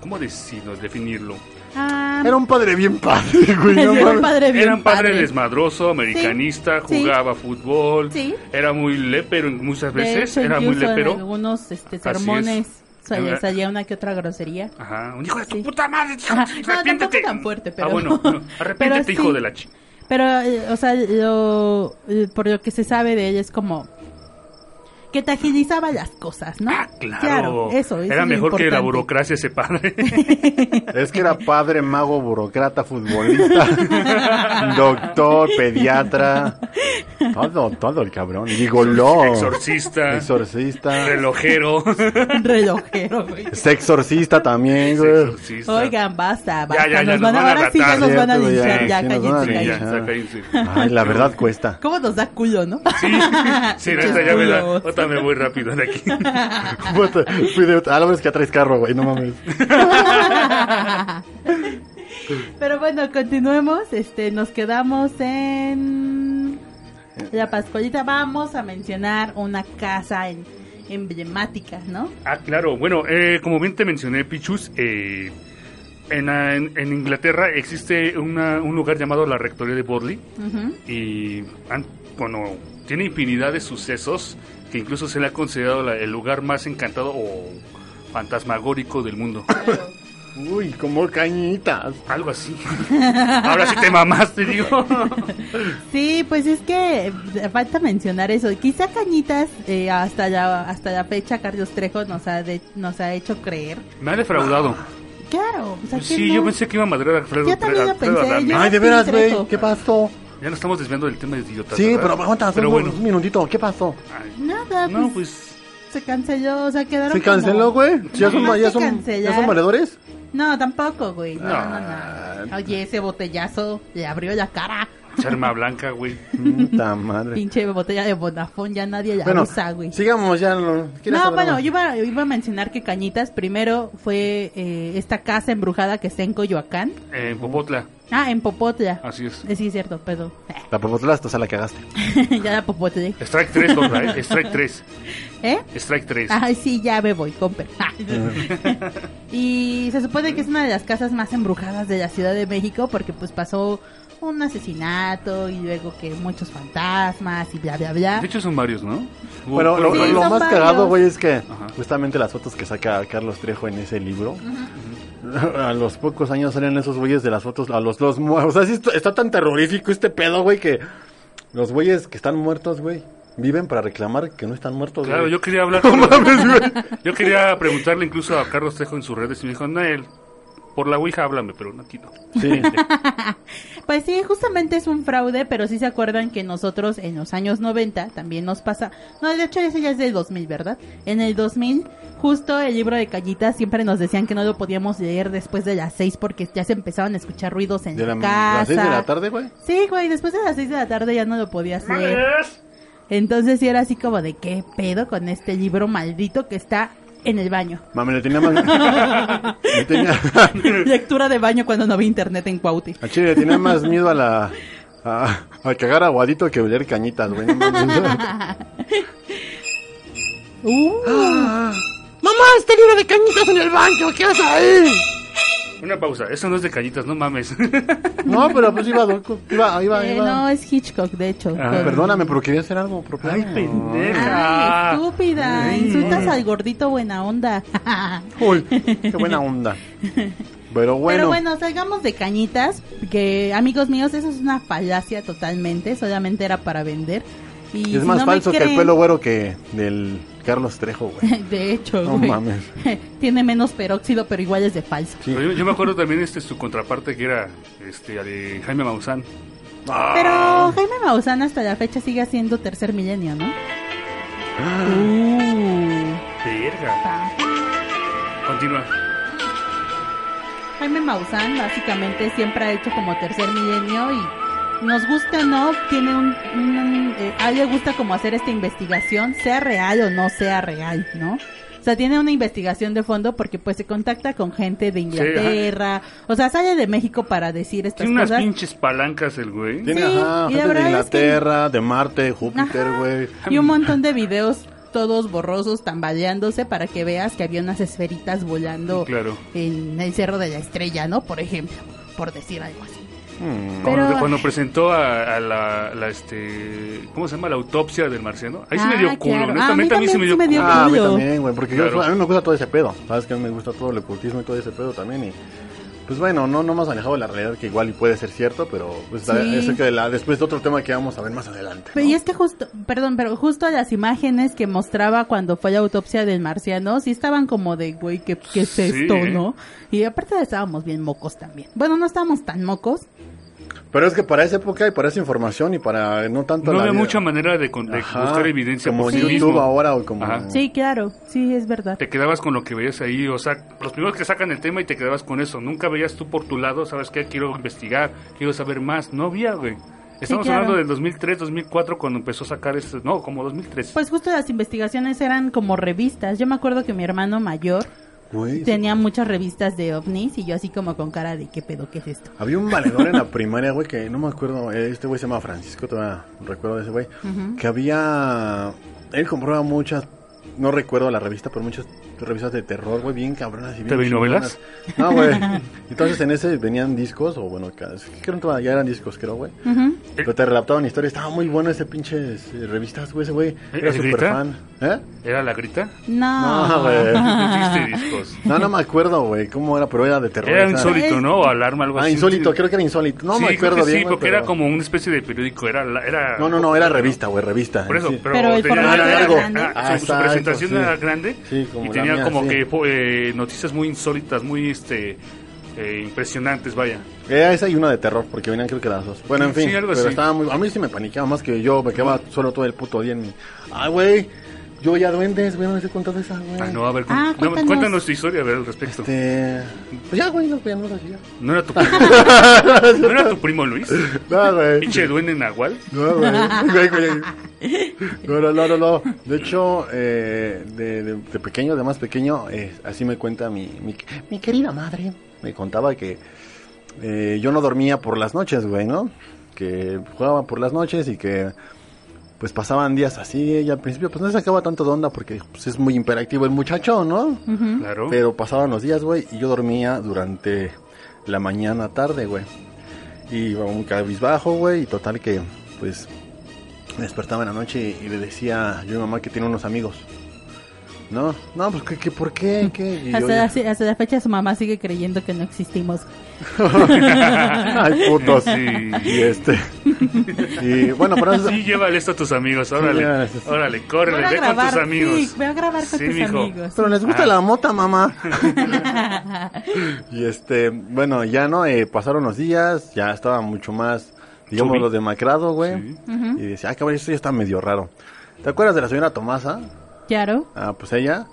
¿Cómo decirnos, definirlo? Ah, Era un padre bien padre, güey. sí, era no un mames. padre bien Era un padre desmadroso, americanista, Sí. jugaba fútbol, Sí era muy lepero muchas De veces, hecho, era muy incluso en lepero. algunos este, Así sermones es. salía, Era- salía una que otra grosería. Ajá, un hijo de tu Sí. puta madre, hijo, Ajá, no, Ah, arrepiéntete. tampoco tan fuerte, pero- Ah, bueno, no, arrepiéntete, pero hijo sí. de la chica. Pero, eh, o sea, lo, eh, por lo que se sabe de ella es como que te agilizaba las cosas, ¿no? Ah, claro. eso, eso Era es mejor que la importante. burocracia ese padre. Es que era padre, mago, burocrata, futbolista, doctor, pediatra. Todo, todo el cabrón. Gigoló. Exorcista, Oh. Exorcista. relojero. Un relojero, güey. Sexorcista también, güey. exorcista. Oigan, basta, basta. Ya, ya, ya, nos van, a- ahora sí ya matar. nos van a Cierto, ya, linchar, ya, sí, nos van a cállense, Sí, ya, linchar. cállense. saca ahí, sí. Ay, la verdad cuesta. ¿Cómo nos da culo, no? Sí, sí, neta, ya me la... Chulos. Otra me voy rápido de aquí. Puta, fui de- Ah, la verdad es que ya traes carro, güey, no mames. Pero bueno, continuemos. Este, nos quedamos en la Pascualita. Vamos a mencionar una casa en- emblemática, ¿no? Ah, claro. Bueno, eh, como bien te mencioné, Pichus, eh, en, en- en Inglaterra existe una- un lugar llamado la Rectoría de Bodley. Ujú. y han- bueno, tiene infinidad de sucesos que incluso se le ha considerado la- el lugar más encantado o fantasmagórico del mundo. Uy, como cañitas. Algo así. Ahora sí te mamaste, digo. Sí, pues es que falta mencionar eso. Quizá Cañitas eh, hasta la hasta la fecha Carlos Trejo nos ha de- nos ha hecho creer. Me ha defraudado. Claro, o sea, ¿quién Pues Sí, no? yo pensé que iba a madrear a Alfredo. Yo también lo Alfredo pensé, Adame. yo- Ay, de sí, veras, Trejo. güey, ¿qué pasó? Ya nos estamos desviando del tema de idiotas. Sí, ¿verdad? pero aguanta, Pero bueno. un minutito, ¿qué pasó? Ay, Nada, No, pues, pues. se canceló, o sea, quedaron ¿Se como- canceló, güey? ¿Ya son, Nomás ya se son, cancelar. ya son valedores? No, tampoco, güey. No, No. Ah. no, no. Oye, ese botellazo le abrió la cara. Charma blanca, güey. Puta madre. Pinche botella de Vodafone, ya nadie la Bueno, usa, güey. sigamos ya. lo- ¿quieres No, hablar bueno, más? yo iba, iba a mencionar que Cañitas primero fue eh, esta casa embrujada que está en Coyoacán. En Popotla, Ah, en Popotla. así es. Eh, Sí, es cierto, perdón. La popotla hasta se la cagaste. ya la Popotla. Strike 3, contra, ¿eh? Strike 3. ¿Eh? Strike 3. Ay, sí, ya me voy, compre. y se supone que es una de las casas más embrujadas de la Ciudad de México porque pues pasó un asesinato y luego que muchos fantasmas y bla, bla, bla. De hecho son varios, ¿no? Hubo- Bueno, lo, lo- fueron Sí, varios. lo son más varios. cagado, güey, es que Ajá. justamente las fotos que saca Carlos Trejo en ese libro, a los pocos años salen esos güeyes de las fotos, a los dos mu- O sea, sí está, está tan terrorífico este pedo, güey, que los güeyes que están muertos, güey, viven para reclamar que no están muertos, Claro, güey. yo quería hablar. No con- mames, güey. Yo quería preguntarle incluso a Carlos Trejo en sus redes y me dijo, Nael, por la Ouija háblame, pero no aquí no. Sí, Pues sí, justamente es un fraude, pero sí se acuerdan que nosotros en los años 90 también nos pasa. No, de hecho, ese ya es del 2000, ¿verdad? En el 2000, justo el libro de Callitas siempre nos decían que no lo podíamos leer después de las 6 porque ya se empezaban a escuchar ruidos en de la la, las casa. seis de la tarde, güey. Sí, güey, después de las 6 de la tarde ya no lo podías leer. Entonces sí era así como de qué pedo con este libro maldito que está en el baño. Mame, le tenía más... le tenía... Lectura de baño cuando no había internet en Cuauti. Al chile le tenía más miedo a la... A, a cagar aguadito que oler cañitas, güey. no mames. Uh, Ah, Mamá, este libro de cañitas en el banco, ¿qué haces ahí? Una pausa, eso no es de cañitas, no mames. No, pero pues iba, doco- iba, iba, eh, iba. no, es Hitchcock, de hecho. Ah, con- Perdóname, pero quería hacer algo propio. Ay, pendeja. Ah. Ay, estúpida, Ay. insultas al gordito buena onda. Uy, qué buena onda. Pero bueno, Pero bueno, salgamos de cañitas, que amigos míos, eso es una falacia totalmente, solamente era para vender. Y es si más no me falso que el creen- pelo güero que del Carlos Trejo, güey. De hecho, No güey. mames. tiene menos peróxido, pero igual es de falso. Sí. Yo, yo me acuerdo también este su contraparte que era este la de Jaime Maussan. Pero Jaime Maussan hasta la fecha sigue siendo tercer milenio, ¿no? Uh, Verga. pa. Continúa. Jaime Maussan básicamente siempre ha hecho como tercer milenio y nos gusta o no, tiene un, un, eh, a él le gusta como hacer esta investigación, sea real o no sea real, ¿no? O sea, tiene una investigación de fondo porque pues se contacta con gente de Inglaterra, o sea, sale de México para decir estas Tiene unas cosas. pinches palancas el güey. Tiene, Sí, ajá, y la gente de verdad es que- Inglaterra, de Marte, de Júpiter, Ajá. güey. Y un montón de videos todos borrosos, tambaleándose para que veas que había unas esferitas volando Claro. en el Cerro de la Estrella, ¿no? Por ejemplo, por decir algo así. Mm. Pero- Cuando, cuando presentó a, a la, la, este ¿cómo se llama? la autopsia del marciano. Ahí sí me Ah, dio culo, claro. honestamente Ah, a mí sí me dio culo. dio Ah, a mí culo. también, güey, porque yo- Claro. a mí me gusta todo ese pedo. Sabes que a mí me gusta todo el ocultismo y todo ese pedo también. Y pues bueno, no, no más alejado de la realidad, que igual y puede ser cierto, pero pues Sí. es que la, después de otro tema que vamos a ver más adelante. Pero ¿no? y es que justo, perdón, pero justo las imágenes que mostraba cuando fue la autopsia del marciano, sí estaban como de, güey, ¿qué, qué es Sí, esto, ¿eh? no? Y aparte estábamos bien mocos también. Bueno, no estábamos tan mocos. Pero es que para esa época y para esa información y para no tanto No la había vida- mucha manera de, con- de Ajá, buscar evidencia como por en sí YouTube mismo. ahora o como Ajá. Sí, claro, Mm. sí, es verdad. Te quedabas con lo que veías ahí, o sea, los primeros que sacan el tema y te quedabas con eso. Nunca veías tú por tu lado, ¿sabes qué? Quiero investigar, quiero saber más. No había, güey. Estamos claro. hablando del 2003, 2004, cuando empezó a sacar este. No, como 2003. Pues justo las investigaciones eran como revistas. Yo me acuerdo que mi hermano mayor Güey, tenía muchas revistas de ovnis y yo así como con cara de, ¿qué pedo, qué es esto? Había un valedor en la primaria, güey, que no me acuerdo, eh, este güey se llama Francisco, todavía recuerdo de ese güey, que había, él compraba muchas, no recuerdo la revista, pero muchas revistas de terror, güey, bien cabronas y bien... ¿TV novelas? chingonas. No, güey. Entonces en ese venían discos, o bueno, ca- creo que ya eran discos, creo, güey. Eh. Ujú. Pero te relataban historias, estaba muy bueno ese pinches eh, revistas, güey, ese güey. Era ¿El súper Grita? fan. ¿Eh? ¿Era la grita? No. No, Ah, güey. Dijiste discos. No, no me acuerdo, güey, cómo era, pero era de terror. Era esa- insólito, ¿no? O alarma, algo Ah, así. insólito, creo que era insólito. No sí, me creo acuerdo que bien. Sí, güey, porque pero- era como una especie de periódico. Era, la- era... No, no, no, era revista, güey, revista. Por eso, Sí. pero, Pero el tenía- formato era- era era- grande. ah, Ah, su, su exacto, presentación sí. era grande Sí, como y la tenía mía, como sí. que po- eh, noticias muy insólitas, muy este eh, impresionantes, vaya. Era Eh, esa y una de terror, porque venían creo que las dos. Bueno, en Sí, fin, algo pero así. estaba muy... A mí sí me paniqueaba más que yo, me quedaba solo todo el puto día en mi... Ay, güey, Yo oía duendes, güey, no les he contado esa, güey. Ah, no, a ver, cu- Ah, no, cuéntanos. cuéntanos. tu historia a ver, al respecto. Este... Pues ya, güey, no, ya no lo hacía. ¿No era tu primo? ¿No era tu primo Luis? No, güey. ¿Pinche duende nahual? No, güey. Güey, güey. No, no, no, no, no. De hecho, eh, de, de- de pequeño, de más pequeño, eh, así me cuenta mi, mi, mi querida madre. Me contaba que eh, yo no dormía por las noches, güey, ¿no? Que jugaba por las noches y que pues pasaban días así. Y al principio pues no se sacaba tanto de onda porque pues, es muy imperactivo el muchacho, ¿no? Ujú. Claro. Pero pasaban los días, güey, y yo dormía durante la mañana tarde, güey. Y iba un cabizbajo, güey, y total que, pues, me despertaba en la noche y le decía yo a mi mamá que tiene unos amigos. No, no, pues, ¿qué, qué, por qué? ¿Qué? Y yo, Hasta, la, hasta la fecha su mamá sigue creyendo que no existimos. Ay, putos. Sí. Y este. Y bueno, pero eso- Sí, llévale esto a tus amigos, órale, Sí, ya, sí. órale, Voy córrele, a ve con grabar, tus amigos. sí, voy a grabar con Sí, tus mijo. amigos. Pero les gusta Ah. la mota, mamá. y este, bueno, ya no, Eh, pasaron los días, ya estaba mucho más, digamos, Chubby. lo demacrado, güey. Sí. Ujú. Y decía, ah, cabrón, esto ya está medio raro. ¿Te acuerdas de la señora Tomasa? Claro. Ah, pues ella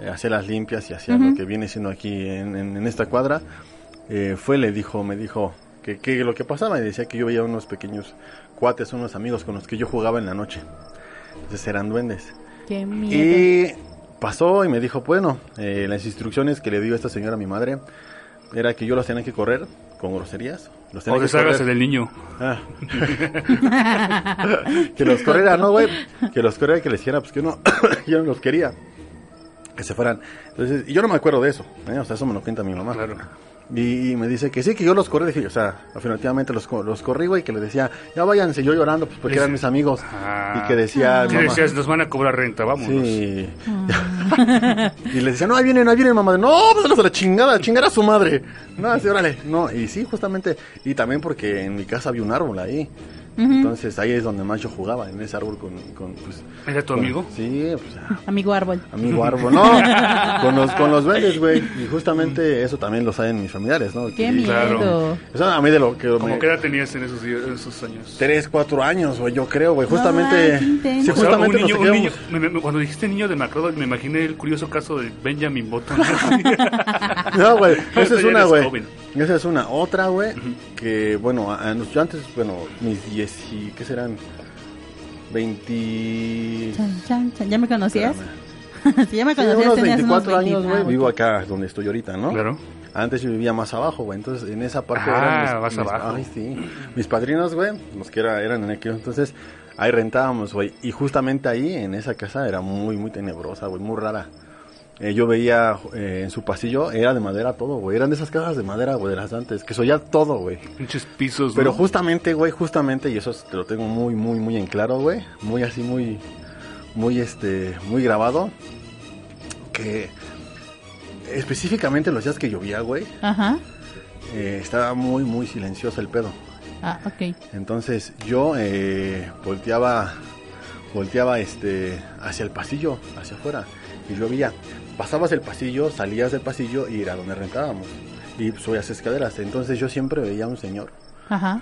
eh, hacía las limpias y hacía lo que viene siendo aquí en, en- en esta cuadra. Eh, fue, le dijo, me dijo que, que lo que pasaba. Y decía que yo veía unos pequeños cuates, unos amigos con los que yo jugaba en la noche. Entonces eran duendes. Qué miedo. Y pasó y me dijo, bueno, eh, las instrucciones que le dio esta señora a mi madre era que yo los tenía que correr con groserías. Los tenía O que correr. deshágase del niño. Ah. que los corriera, ¿no, güey? Que los corriera, que les dijera, pues que uno, yo no los quería. Que se fueran. Entonces, y yo no me acuerdo de eso, ¿eh? O sea, eso me lo cuenta mi mamá. Claro. Y, y me dice que sí, que yo los corrí. Dije, o sea, afirmativamente los, co- los corrí, güey, que les decía, ya váyanse, yo llorando, pues porque Dice, eran mis amigos. Ah. y que decía, ¿Qué mamá, decías? Nos van a cobrar renta, vámonos. Sí. y le decía, no, ahí vienen, ahí vienen, mamá. No, vámonos a la chingada, chingar a su madre. No, así, órale. No, y sí, justamente. Y también porque en mi casa había un árbol ahí. Entonces ahí es donde más yo jugaba, en ese árbol con. con pues, ¿Era tu con- amigo? Sí, pues. ah, Amigo árbol. Amigo árbol, no, con los, con los duendes, güey. Y justamente eso también lo saben mis familiares, ¿no? Qué Que- claro. miedo. O sea, a mí de lo que. ¿Cómo me- qué edad tenías en esos, días- en esos años? Tres, cuatro años, güey, yo creo, güey. No, Justamente. ay, qué intenso. sí, O sea, justamente un niño, nos un niño- quedamos- me- me- cuando dijiste niño de Macrodo, me imaginé el curioso caso de Benjamin Button. No, güey, esa Ahorita es ya una, eres güey. joven. Esa es una. Otra, güey, que, bueno, a- a nos- yo antes, bueno, mis 10 y, ¿qué serán? 20... Chan, chan, chan. ¿Ya me conocías? Espérame. si ya me Sí, conocías, unos tenías 24 unos años, 20. güey, Ah, vivo ok. acá donde estoy ahorita, ¿no? Claro. Antes yo vivía más abajo, güey, entonces en esa parte... Ah, eran mis, vas mis- abajo. Ay, sí. Mis padrinos, güey, los que era- eran en aquel entonces, ahí rentábamos, güey, y justamente ahí, en esa casa, era muy, muy tenebrosa, güey, muy rara. Eh, yo veía eh, en su pasillo, era de madera todo, güey. Eran de esas cajas de madera, güey, de las de antes, que soía todo, güey. Pinches pisos. Pero Pues ¿no? justamente, güey, justamente, y eso es- te lo tengo muy, muy, muy en claro, güey. Muy así, muy, muy, este, muy grabado. Que específicamente los días que llovía, güey, Ajá. eh, estaba muy, muy silencioso el pedo. Ah, ok. Entonces yo eh, volteaba, volteaba este, hacia el pasillo, hacia afuera, y yo veía, pasabas el pasillo, salías del pasillo y era donde rentábamos, y subías escaleras. Entonces yo siempre veía a un señor Ajá.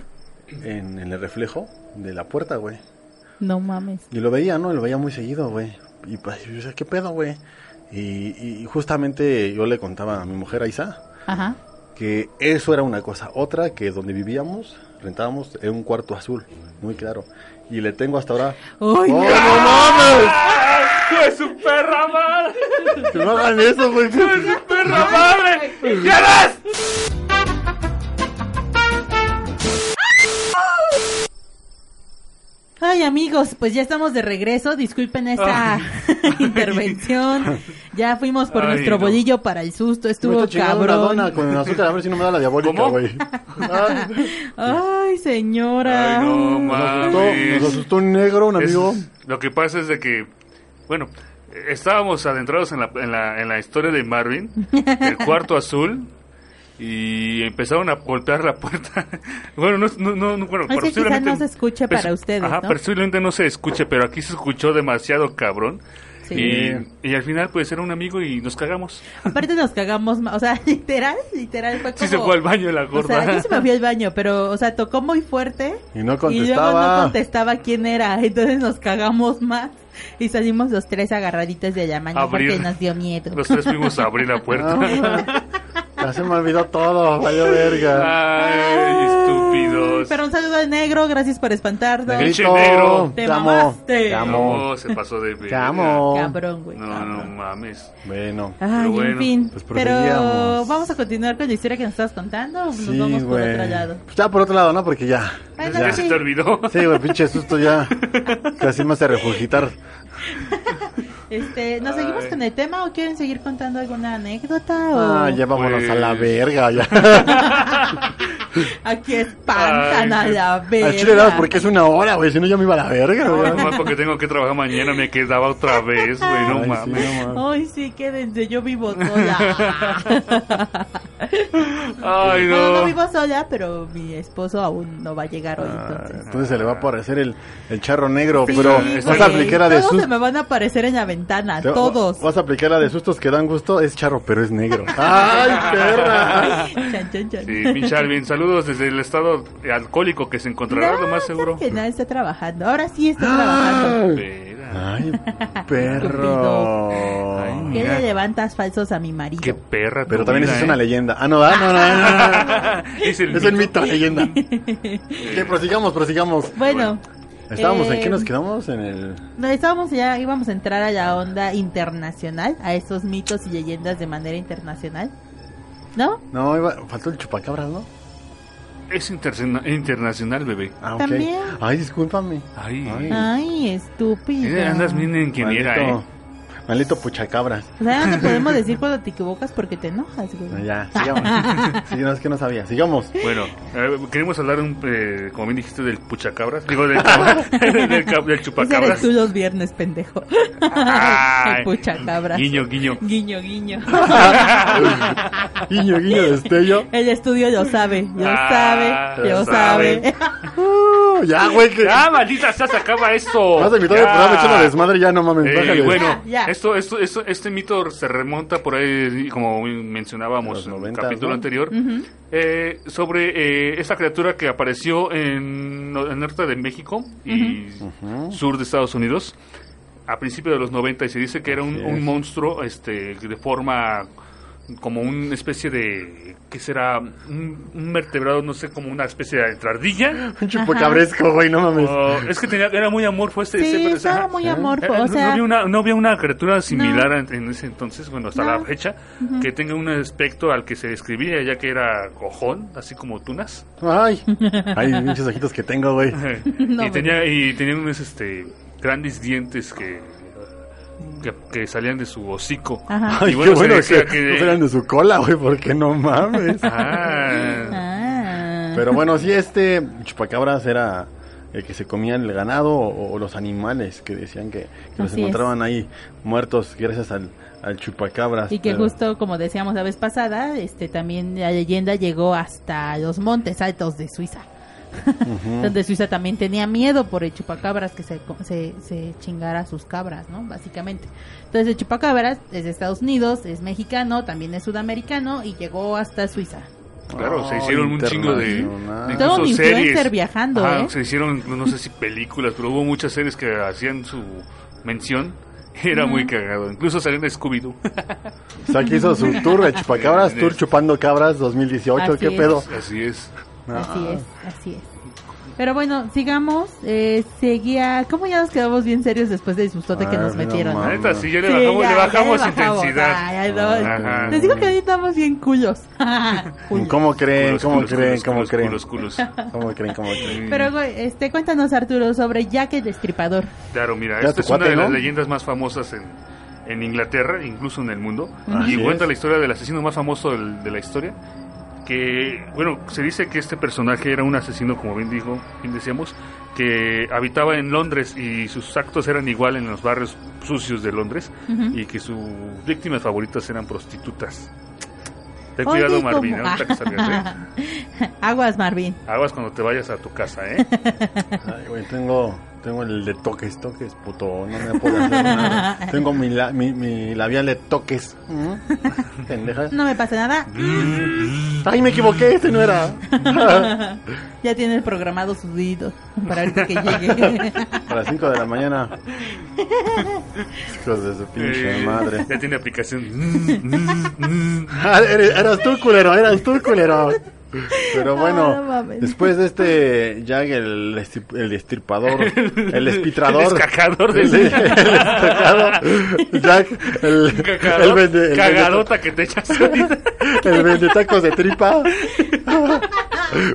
en, en el reflejo de la puerta, güey. No mames. Y lo veía, ¿no? Lo veía muy seguido, güey. Y pues, yo decía, ¿qué pedo, güey? Y, y justamente yo le contaba a mi mujer, Aiza, Ajá. que eso era una cosa. Otra, que donde vivíamos, rentábamos en un cuarto azul, muy claro. Y le tengo hasta ahora. Uy, ¡Oh, no. no mames! ¡Pues su perra madre! ¡Que no hagan eso, güey! ¡Perra madre! ¡Ya ves! Ay, amigos, pues ya estamos de regreso. Disculpen esta Ay. intervención. Ya fuimos por Ay, nuestro no. bolillo para el susto. Me Estuvo estoy chingando una dona cabrón. con azúcar a ver si no me da la diabólica, ¿Cómo? güey. Ah, Ay, señora. Ay, no, nos, ma- asustó, Mames. nos asustó un negro, un Es- amigo. lo que pasa es de que, bueno, eh, estábamos adentrados en la, en la, en la historia de Marvin, el cuarto azul. Y empezaron a golpear la puerta. Bueno, no, no, no, no, bueno, Es que quizá posiblemente- no se escuche para ustedes, Ajá, ¿no? posiblemente no se escuche, pero aquí se escuchó demasiado cabrón. Sí. Y, y al final, pues era un amigo y nos cagamos. Aparte nos cagamos, ma- o sea, literal, literal fue como... Sí se fue al baño la O gorda. sea, yo sí me fui al baño, pero, o sea, tocó muy fuerte. Y no Y luego contestaba. no contestaba quién era, entonces nos cagamos más y salimos los tres agarraditos de la mano Abrir. porque nos dio miedo. Los tres fuimos a abrir la puerta. Ah, ya se me olvidó todo, vaya Ah, verga. Ay, estúpidos. Pero un saludo al negro, gracias por espantarnos. Pinche Negrito. negro, Te te amo, mamaste. te amo, No, Oh, se pasó de te amo. Cabrón, Ah, güey. No, cabrón. no mames. Bueno, Ay, Pero en bueno, fin. pues pero proseguíamos. vamos a continuar con la historia que nos estás contando. o Nos sí, vamos por güey. otro lado. Pues ya por otro lado, ¿no? Porque ya. Bueno, Ya ya. se te olvidó. Sí, güey, pinche susto ya. Casi me hace regurgitar. Este, ¿Nos Ay. seguimos con el tema o quieren seguir contando alguna anécdota? O... Ah, ya vámonos a la Pues- verga, ya. Aquí espantan Ay, a la verga. Al pues, chile nada, más porque es una hora, güey, si no ya me iba a la verga, güey. Además, porque tengo que trabajar mañana, me quedaba otra vez, güey, no Ay, sí, mames. no mames. Ay, sí, quédense, yo vivo sola. Ay, Bueno, no no. vivo sola, pero mi esposo aún no va a llegar hoy, Ah, entonces. Entonces se le va a aparecer el, el charro negro, pero güey. vas a aplicar la de Todos se sustos. me van a aparecer en la ventana, todos. Vas a aplicar la de sustos que dan gusto, es charro, pero es negro. ¡Ay, perra! Chan, chan, chan. Sí, pinche Alvin, saludos desde el estado alcohólico que se encontrará, lo más seguro. Ah, Que nada está trabajando. Ahora sí está trabajando. Espera. ¡Ay, perro! Ay, ¿Qué mira. le levantas falsos a mi marido? Qué perra. tu Pero también vida, esa es ¿eh? una leyenda. Ah, no, ah, no, no, no, no. Es el Es el mito, leyenda. Que prosigamos, prosigamos. Bueno, Estábamos, Eh, ¿en qué nos quedamos? En el... no, estábamos ya, íbamos a entrar a la onda internacional, a esos mitos y leyendas de manera internacional. ¿No? No, iba- faltó el chupacabras, ¿no? Es interna- internacional, bebé. Ah, ok. También. Ay, discúlpame. Ay. Ay, estúpido. Eh, Andas bien ingeniera, Maldito- ¿eh? Maldito puchacabras. O sea, no podemos decir cuando te equivocas porque te enojas, güey. No, ya, sigamos. sí, no, es que no sabía. Sigamos. Bueno, eh, queremos hablar, un, eh, como bien dijiste, del puchacabras. Digo, del, del, cap- del Ese eres chupacabras. tú los viernes, pendejo. Ay. El puchacabras. Guiño, guiño. Guiño, guiño. guiño, guiño, destello. El estudio lo sabe, lo Ah, sabe, lo lo sabe. sabe. Uh, ya, güey, que... ¡Ah, maldita sea! Se acaba esto. Vas a mitad Ya. del programa echando desmadre, ya no mames. Eh, bájale. bueno, Ya, ya. Esto, esto, esto- este mito se remonta por ahí, como mencionábamos Los en el 90, capítulo ¿no? anterior, eh, sobre eh, esta criatura que apareció en no- el norte de México y Ujú. sur de Estados Unidos a principios de los 90 y se dice que era un, Así un es. monstruo este de forma como una especie de que será un, un vertebrado no sé como una especie de entre ardilla Un chupacabresco, güey, no mames. O- es que tenía era muy amorfo este Sí, ese- pero- estaba ajá. muy ¿Eh? amorfo, Eh, o no- no, sea, había una, no había una criatura similar en- en ese entonces, bueno, hasta No. la fecha, que tenga un aspecto al que se describía, ya que era cojón, así como tunas. Ay, ay, pinches ojitos que tengo, güey. Oh. y, tenía, y tenía unos este, grandes dientes que, que, que salían de su hocico. Ajá. Ay, Y bueno, qué se bueno decía que, que- no eran de su cola, güey, porque no mames. Ah, Ah. Pero bueno, sí, este chupacabras era el que se comían el ganado o, o los animales que decían que, que los Así es. encontraban ahí muertos gracias al, al chupacabras. Y que Pero- justo como decíamos la vez pasada, este también la leyenda llegó hasta los montes altos de Suiza. Donde Suiza también tenía miedo por el chupacabras que se, co- se, se chingara a sus cabras, ¿no? Básicamente. Entonces el chupacabras es de Estados Unidos, es mexicano, también es sudamericano y llegó hasta Suiza. claro, se Oh, hicieron un chingo de, internacional. de Todo incluso un influencer series. viajando, Ajá, ¿eh? Se hicieron, no sé si películas, pero hubo muchas series que hacían su mención. Era muy cagado. Incluso salían de Scooby-Doo. O sea, que hizo su tour de chupacabras, tour chupando cabras 2018, Así qué es. pedo. Así es. Ah. Así es, así es. Pero bueno, sigamos. Eh, seguía. ¿Cómo ya nos quedamos bien serios después del sustote que Ay, nos no metieron? no? La neta, sí, ya le Sí, bajamos, ya, le ya bajamos le bajamos. intensidad. Ay, ay, no, Ajá. Les digo que ahí estamos bien culos. Culos. ¿Cómo creen? Culos, Eh, ¿Cómo culos, creen? culos, ¿Cómo culos, creen? culos, culos. ¿Cómo creen? ¿Cómo creen? Pero güey, este, cuéntanos Arturo sobre Jack el Destripador. Claro, mira, Ya esta tu es una cuate, de las ¿no? leyendas más famosas en, en Inglaterra, incluso en el mundo. Así y cuenta es. la historia del asesino más famoso del- de la historia. Que, bueno, se dice que este personaje era un asesino, como bien dijo, bien decíamos, que habitaba en Londres y sus actos eran igual en los barrios sucios de Londres Ujú. y que sus víctimas favoritas eran prostitutas. Ten Oye, cuidado, ¿y cómo? Marvin, ahorita que salgas, ¿eh? Aguas, Marvin. Aguas cuando te vayas a tu casa, ¿eh? Ay, güey, tengo Tengo el de toques, toques, puto. No me puedo hacer nada. Tengo mi, la- mi, mi labial de toques. ¿Mm? Pendeja. No me pasa nada. Mm. Ay, me equivoqué, este no era. Ya tiene programado sus deditos para ahorita que llegue. A las 5 de la mañana. Hijos de su pinche Eh, madre. Ya tiene aplicación. Ah, eres- Eras tú, culero, eras tú, culero. Pero Ah, no bueno, mames. después de este Jag, el, esti- el estirpador, el espitrador. El descajador de- Sí, el descajado. Jack, el, el, Cagadot- vende- el cagadota que te echas ahorita. vende- el vende tacos de tripa.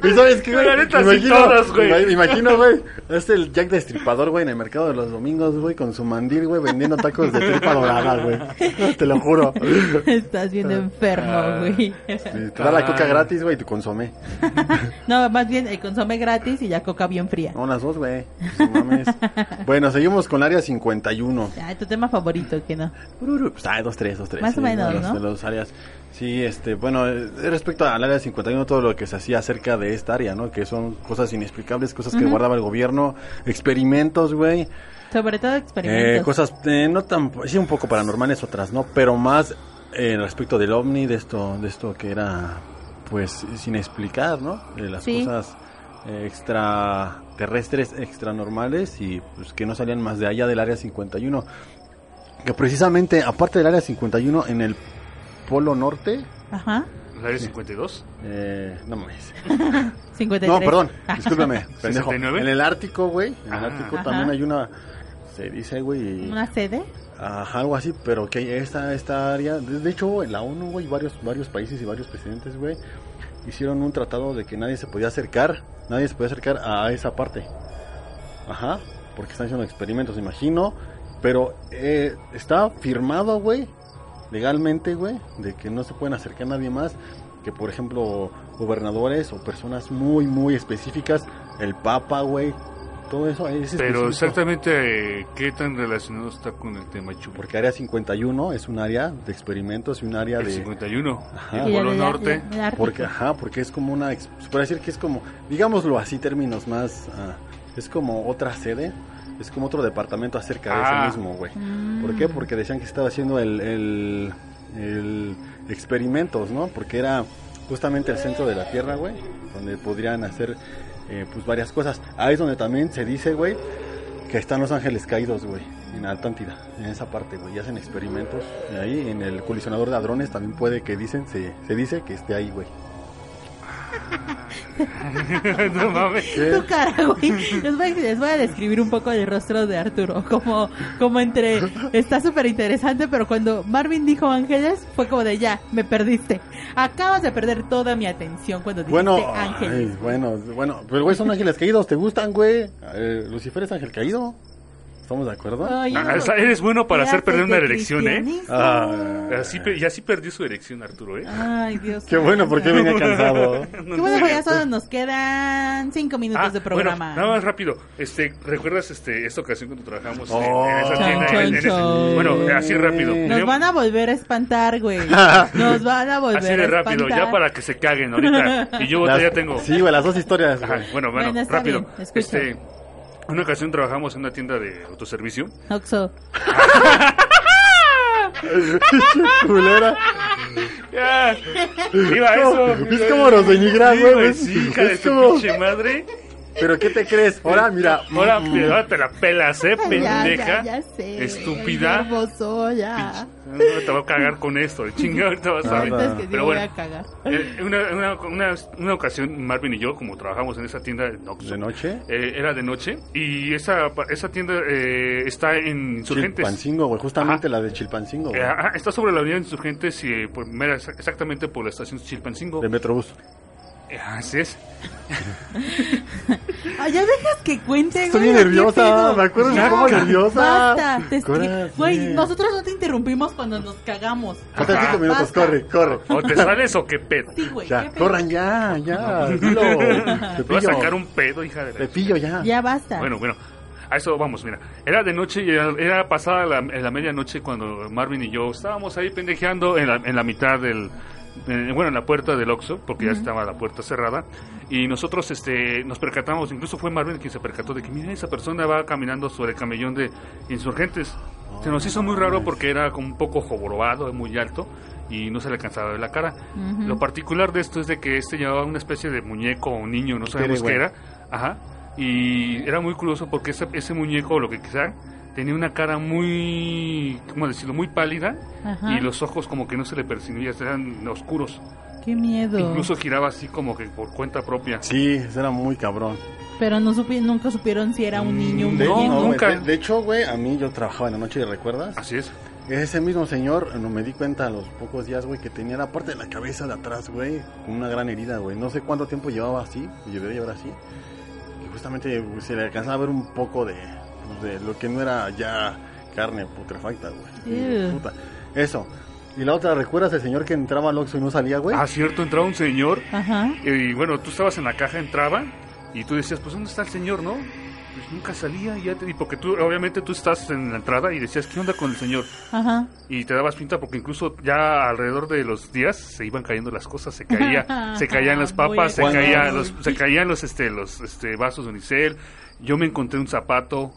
¿Y sabes qué, güey? La neta, sí, Me todos, güey. me imagino, güey. Es el Jack destripador, güey, en el mercado de los domingos, güey, con su mandil, güey, vendiendo tacos de tripa dorada, güey. No, te lo juro. Estás bien Ah. enfermo, güey. Sí, te da la coca gratis, güey, y tu consomé. No, más bien el consome gratis y ya coca bien fría. No, las dos, güey. No mames. bueno, seguimos con área 51. Ah, tu tema favorito, que no. Ururu, Pues, ah, dos, tres, dos, tres. Más o sí, menos, de los- ¿no? de los áreas. Sí, este, bueno, eh, respecto al área 51, todo lo que se hacía acerca de esta área, ¿no? Que son cosas inexplicables, cosas que guardaba el gobierno, experimentos, güey. Sobre todo experimentos. Eh, cosas eh, no tan sí un poco paranormales otras no pero más eh, respecto del ovni de esto de esto que era pues sin explicar no de las Sí. cosas eh, extraterrestres extranormales y pues que no salían más de allá del área 51 que precisamente aparte del área 51 en el polo norte Ajá. ¿La área 52? eh, no mames 53. no, perdón, discúlpame, pendejo. 69. En el Ártico, güey, en el Ah. Ártico Ajá. también hay una, se dice, güey, ¿Una sede? Ajá, algo así, pero que esta, esta área, de de hecho en la ONU, güey, varios, varios países y varios presidentes, güey, hicieron un tratado de que nadie se podía acercar, nadie se podía acercar a esa parte. Ajá, porque están haciendo experimentos, imagino, pero eh, está firmado, güey, legalmente, güey, de que no se pueden acercar nadie más que, por ejemplo, gobernadores o personas muy, muy específicas, el Papa, güey, todo eso. es específico. Pero exactamente, eh, ¿qué tan relacionado está con el tema Chupo? Porque área 51 es un área de experimentos y un área El de... 51, Ajá. el Y Polo el- Norte. el- el Ártico. Porque, ajá, porque es como una... ex- Se puede decir que es como, digámoslo así, términos más... ah, es como otra sede, es como otro departamento acerca de Ah. eso mismo, güey. Mm. ¿Por qué? Porque decían que estaba haciendo el, el, el experimentos, ¿no? Porque era justamente el centro de la Tierra, güey, donde podrían hacer eh, pues varias cosas. Ahí es donde también se dice, güey, que están los ángeles caídos, güey, en Atlántida, en esa parte, güey, y hacen experimentos. Y ahí en el colisionador de hadrones también puede que dicen, se, se dice que esté ahí, güey. no mames. Tu cara, güey. Les voy, les voy a describir un poco el rostro de Arturo. Como, como entre. Está súper interesante, pero cuando Marvin dijo Ángeles, fue como de ya, me perdiste. Acabas de perder toda mi atención cuando dijiste Bueno, Ángeles. ay, bueno, bueno, pero güey, son ángeles caídos, ¿te gustan, güey? Eh, Lucifer es ángel caído, ¿estamos de acuerdo? Ay, Ah, no. esa- eres bueno para hacer Clases perder una de erección, ¿eh? cristianismo. Ah. Así, pe- y así perdió su erección, Arturo, ¿eh? Ay, Dios. Qué bueno, porque venía cansado. Qué bueno que ya solo nos quedan cinco minutos Ah, de bueno, programa. nada más rápido. Este, ¿Recuerdas este, esta ocasión cuando trabajamos en- Oh. en, esa Chon, tienda? en- en chon, ese- chon. bueno, así rápido. Nos Yo- van a volver a espantar, güey. Nos van a volver así de a rápido, espantar. ya para que se caguen ahorita. Y yo Las- ya tengo. Sí, güey, las dos historias. Ajá, güey. bueno, bueno, Bueno, está rápido. bien, escucha. este, una ocasión trabajamos en una tienda de autoservicio. Oxo. Culera. ¡Ah! ¡Viva ¿Cómo? eso! ¿Ves cómo nos denigras, Sí, güey? güey, ¿Ves? sí, hija de Es tu como- pinche madre. ¿Pero qué te crees? Ahora, mira. Ahora, mm, ahora te la pelas, ¿eh, Ya, pendeja? ya, ya sé. Estúpida. Nervoso, ya. No, te voy a cagar con esto. de Chinga, ahorita vas a Nada. ver. Ahorita es que Pero digo, voy bueno, a cagar. eh, una, una, una, una ocasión, Marvin y yo, como trabajamos en esa tienda de Nox, pues, ¿De noche? eh, era de noche, y esa, pa- esa tienda eh, está en Insurgentes. Chilpancingo, güey. Justamente Ajá. la de Chilpancingo, güey. Eh, ajá, está sobre la avenida Insurgentes, y, eh, por- mera- exactamente por la estación Chilpancingo. De Metrobús. Eh, Así es. Ay, ya dejas que cuente, Estoy güey. bien ¿qué nerviosa. pedo? Me acuerdo de cómo nerviosa. Basta, te estoy- Cora, Güey, sí. nosotros no te interrumpimos cuando nos cagamos. Faltan cinco minutos. Basta. Corre, corre. O te sales o qué pedo. Sí, güey. qué Ya, pedo. corran ya, ya. Dilo. Te Te voy a sacar pillo. un pedo, hija de la Te pillo ya. Ya basta. Bueno, bueno, a eso vamos, mira. Era de noche, y era, era pasada la, en la medianoche cuando Marvin y yo estábamos ahí pendejeando en la, en la mitad del, eh, bueno, en la puerta del Oxxo, porque ya estaba la puerta cerrada, y nosotros este, nos percatamos, incluso fue Marvin quien se percató de que, mira, esa persona va caminando sobre el camellón de insurgentes. Se nos hizo muy raro porque era como un poco jorobado, muy alto, y no se le alcanzaba a ver la cara. Ujú. Lo particular de esto es de que este llevaba una especie de muñeco o niño, no sabemos qué güey. era. Ajá. Y era muy curioso porque ese, ese muñeco, o lo que quizá, tenía una cara muy, ¿cómo decirlo?, muy pálida Ajá. y los ojos como que no se le percibía, eran oscuros. Qué miedo. Incluso giraba así como que por cuenta propia. Sí, eso era muy cabrón. Pero no supi- nunca supieron si era un niño o un De, No, muñeco. Mm, no, güey, nunca. de- de hecho, güey, a mí yo trabajaba en la noche, ¿recuerdas? Así es. Ese mismo señor, no me di cuenta a los pocos días, güey, que tenía la parte de la cabeza de atrás, güey, con una gran herida, güey. No sé cuánto tiempo llevaba así, llevaba llevar así. Y justamente güey, se le alcanzaba a ver un poco de, pues, de lo que no era ya carne putrefacta, güey. Ew. Puta. Eso. Y la otra, ¿recuerdas el señor que entraba al Oxxo y no salía, güey? Ah, cierto, entraba un señor eh, Ajá. y bueno, tú estabas en la caja, entraba y tú decías, pues ¿dónde está el señor, no? Pues nunca salía y ya te... Y porque tú, obviamente tú estás en la entrada y decías, ¿qué onda con el señor? Ajá. y te dabas pinta porque incluso ya alrededor de los días se iban cayendo las cosas se caía se caían las papas se Muy bien. caían los se caían los este los este vasos de unicel yo me encontré un zapato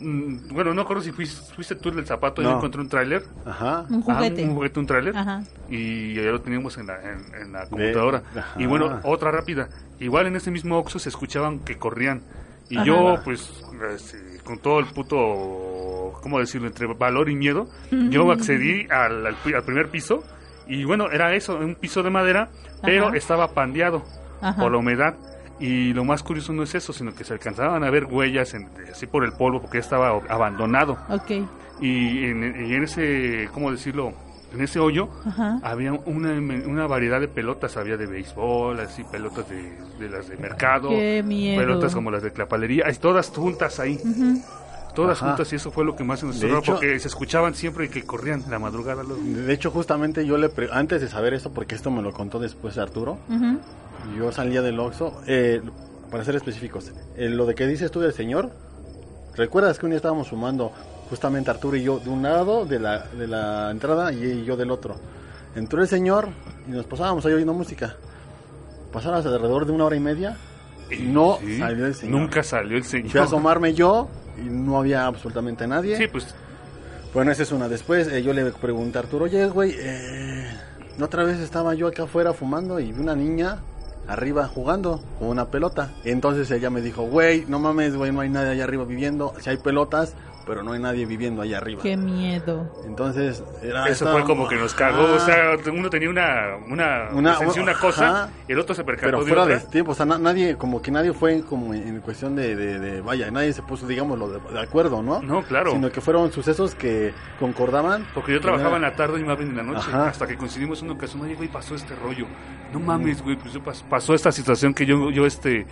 Mm, bueno no recuerdo si fuiste, fuiste tú el del zapato yo No. me encontré un tráiler Ajá. Un Ah, juguete. un juguete un tráiler Ajá. y ya lo teníamos en la, en, en la computadora. ajá. Y bueno, otra rápida. Igual en ese mismo Oxxo se escuchaban que corrían. Y Ajá. yo, pues, este, con todo el puto, ¿cómo decirlo?, entre valor y miedo, yo accedí al, al pi- al primer piso. Y bueno, era eso, un piso de madera, pero Ajá. estaba pandeado Ajá. por la humedad. Y lo más curioso no es eso, sino que se alcanzaban a ver huellas en- así por el polvo, porque ya estaba abandonado. Ok. Y en, y en ese, ¿cómo decirlo?, en ese hoyo Ajá. había una, una variedad de pelotas, había de béisbol, así pelotas de, de las de mercado, Qué miedo. pelotas como las de clapalería, ay, todas juntas ahí, Ujú. todas Ajá. juntas y eso fue lo que más nos De sorprendió hecho- porque se escuchaban siempre y que corrían la madrugada. luego. De hecho, justamente yo le... pre- Antes de saber esto, porque esto me lo contó después Arturo, Ujú. Yo salía del Oxxo, eh, para ser específicos, eh, lo de que dices tú del señor, ¿recuerdas que un día estábamos fumando justamente Arturo y yo de un lado de la, de la entrada y, y yo del otro? Entró el señor y nos pasábamos ahí oyendo música. Pasaron alrededor de una hora y media y no Sí, salió el señor. Nunca salió el Fui a señor. asomarme yo y no había absolutamente nadie. Sí, pues Bueno, esa es una. Después eh, yo le pregunté a Arturo, oye, güey, eh, la otra vez estaba yo acá afuera fumando y vi una niña arriba jugando con una pelota. Entonces ella me dijo, güey, no mames, güey, no hay nadie allá arriba viviendo. Si hay pelotas, pero no hay nadie viviendo allá arriba. Qué miedo. Entonces, era, eso estaba- fue como que nos cagó. Ajá. O sea, uno tenía una, una, Ah. Una- presencia, una ajá. cosa, el otro se pero percató de fuera otra. de tiempo, o sea, na- nadie, como que nadie fue en- como en, en cuestión de, de- de- vaya, nadie se puso, digamos, lo de, de acuerdo, ¿no? No, claro. Sino que fueron sucesos que concordaban. Porque yo trabajaba en la tarde y Marvin en la noche. Ajá. Hasta que coincidimos en una ocasión. Oye, güey, pasó este rollo. No mames, güey, pues yo pas- pasó esta situación que yo, yo, este,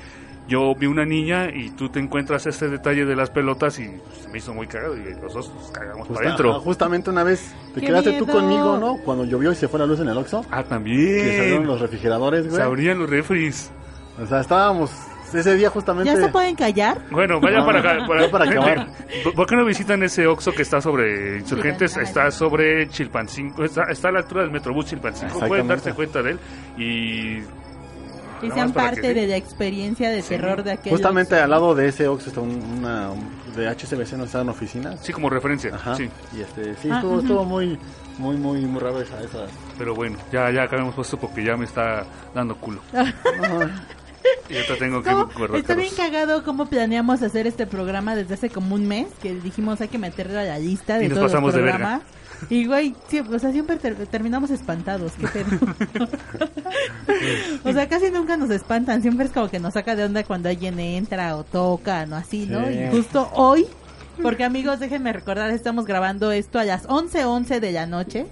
yo vi una niña y tú te encuentras este detalle de las pelotas y pues, se me hizo muy cagado. Y los dos nos cagamos Justa- para adentro. Pues, ajá, justamente una vez te ¡Qué quedaste tú miedo! conmigo, ¿no? Cuando llovió y se fue la luz en el Oxxo, Ah, que salieron también. los refrigeradores, Se güey. abrían los refris. O sea, estábamos ese día justamente. ¿Ya se pueden callar? Bueno, vayan No, para acá. no, ya para acabar. ¿Por- ¿Por qué no visitan ese Oxxo que está sobre Insurgentes? Chilpan- ah, Está ya. sobre Chilpancingo. Está, está a la altura del Metrobús Chilpancingo. Pueden Exactamente. darse cuenta de él. Y Que Nada sean más para parte que- de la experiencia de terror de aquel. justamente al lado de ese Oxxo está un- una un- de HCBC, no estaban oficinas. sí, como referencia. Ajá. Sí. Y este, sí, Ah, estuvo, ujú. estuvo muy, muy, muy, muy raro esa. esa. Pero bueno, ya, ya acabemos puesto porque ya me está dando culo. Ajá. Y ahorita tengo que ¿Cómo? guardar Está bien carros. cagado cómo planeamos hacer este programa desde hace como un mes, que dijimos hay que meterlo a la lista de Y nos todos los pasamos de verga. programas. Y güey, sí, o sea, siempre ter- terminamos espantados, qué pedo. o sea, casi nunca nos espantan, siempre es como que nos saca de onda cuando alguien entra o toca, no así, ¿no? Sí. Y justo hoy, porque amigos, déjenme recordar, estamos grabando esto a las 11:11 de la noche.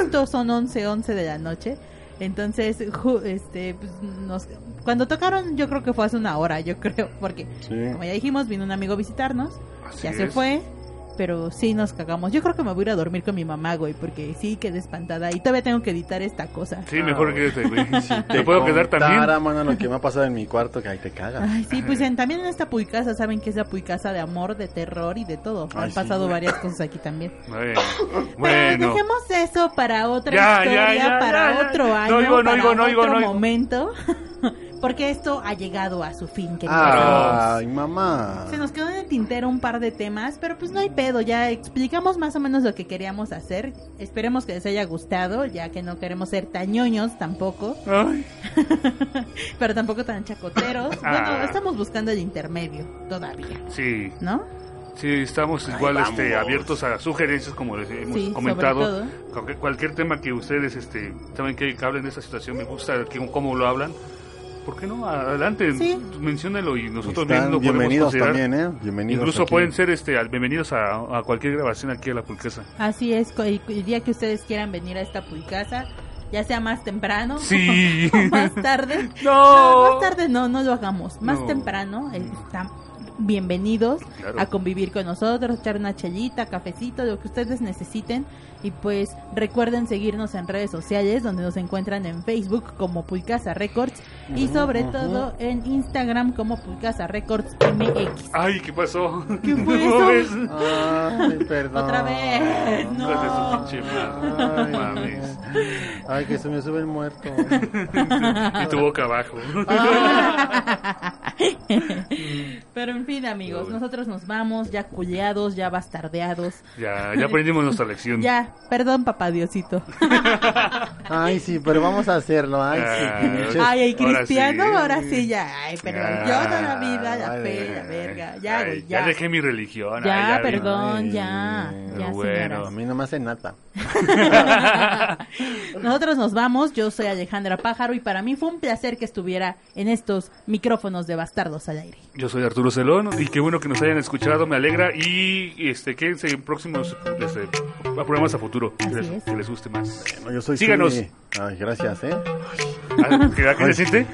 Justo son 11:11 de la noche. Entonces, ju- este, pues, nos- cuando tocaron, yo creo que fue hace una hora, yo creo, porque Sí. como ya dijimos, vino un amigo a visitarnos, Así ya se es. fue, pero sí nos cagamos. Yo creo que me voy a ir a dormir con mi mamá, güey, porque sí quedé espantada y todavía tengo que editar esta cosa. Sí, mejor quédate, güey. ¿Te Ah, Te puedo quedar contara, también? mano, lo que me ha pasado en mi cuarto, que ahí te cagas. Ay, sí, pues en- también en esta puicasa saben que es la puicasa de amor, de terror y de todo. Ay, Han sí, pasado güey. varias cosas aquí también. Bueno. Pero bueno. dejemos eso para otra Ya, ya, historia, ya, para ya, ya. otro No año, oigo, no para oigo, no oigo, otro no oigo. momento, porque esto ha llegado a su fin, queridos Ah. amigos. Ay, mamá. Se nos quedó en el tintero un par de temas, pero pues no hay pedo, ya explicamos más o menos lo que queríamos hacer. Esperemos que les haya gustado, ya que no queremos ser tan ñoños tampoco, Ay, pero tampoco tan chacoteros. Ah. Bueno, estamos buscando el intermedio todavía, sí, ¿no? sí, estamos igual este, abiertos a sugerencias, como les hemos Sí, sobre comentado. todo. Cualquier, cualquier tema que ustedes este, saben que que hablen de esta situación, me gusta que, cómo lo hablan. ¿Por qué no? Adelante, Sí. menciónalo y nosotros Están mismos lo podemos bienvenidos considerar. también, ¿eh? Bienvenidos. Incluso aquí. pueden ser este, al- bienvenidos a, a cualquier grabación aquí a la Pulquesa. Así es, co- el el día que ustedes quieran venir a esta pulcasa, ya sea más temprano Sí. o más tarde. No. más tarde no, no lo hagamos. Más No. temprano eh, están bienvenidos Claro. a convivir con nosotros, echar una chelita, cafecito, lo que ustedes necesiten. Y pues recuerden seguirnos en redes sociales donde nos encuentran en Facebook como Pulcasa Records y sobre todo en Instagram como Pulcasa Records MX. Ay, ¿qué pasó? ¿Qué fue No eso? mames. Ay, perdón. Otra vez, no. Hijas de su pinche madre. Ay, Mames. Ay, que se me sube el muerto. Y tu boca abajo. Ah. Pero en fin, amigos, nosotros nos vamos ya culeados, ya bastardeados. Ya, ya aprendimos nuestra lección. Ya, perdón, papá Diosito. Ay, sí, pero vamos a hacerlo. Ay, Ah, sí, pinches. Ay, ay, ahora Cristiano, sí. ahora sí, ya. Ay, perdón, Ah, yo toda la vida, la ay, fe, la ay, verga. Ya, Ay, güey, ya ya. dejé mi religión. Ya, ay, vi. perdón, Ay, ya. Ya, bueno. señoras. A mí no me hace nada. Nosotros nos vamos, yo soy Alejandra Pájaro y para mí fue un placer que estuviera en estos micrófonos de bastardos al aire. Yo soy Arturo Celón y qué bueno que nos hayan escuchado, me alegra. Y este, quédense en próximos este, programas a futuro. Que Así les, es. que les guste más. No, yo soy Síganos. Chuy. Ay, gracias, ¿eh? Ah, ¿Qué, a qué decirte?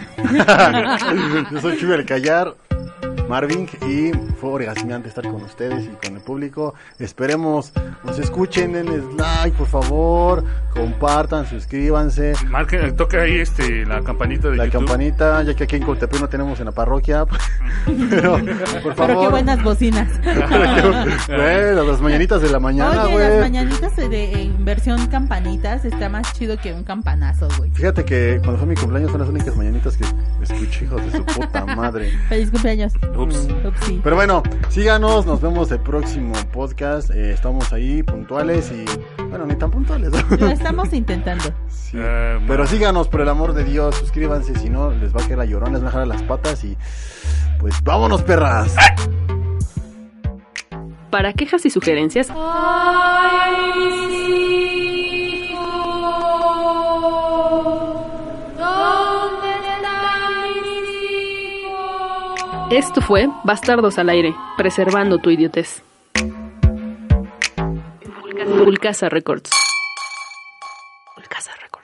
Yo soy Chuy el Callar, Marvin, y fue orgasmeante estar con ustedes y con el público. Esperemos nos escuchen, denles like, por favor, compartan, suscríbanse. Marquen, toca ahí este, la campanita de La YouTube. campanita, ya que aquí en Coltepec no tenemos en la parroquia. Pero, por favor. Pero qué buenas bocinas. Bueno, las mañanitas de la mañana, Oye, güey. las mañanitas de, en versión campanitas está más chido que un campanazo, güey. Fíjate que cuando fue mi cumpleaños son las únicas mañanitas que escuché, hijos de su puta madre. Feliz cumpleaños. Ups. Upsi. Pero bueno, síganos, nos vemos el próximo podcast. eh, estamos ahí puntuales y, bueno, ni tan puntuales. Lo estamos intentando. Sí. Ah, Pero ma- síganos, por el amor de Dios, suscríbanse, si no les va a caer la llorona, les van a jalar las patas y pues vámonos, perras. Para quejas y sugerencias, esto fue Bastardos al aire, preservando tu idiotez. Pulcasa Records. Pulcasa Records.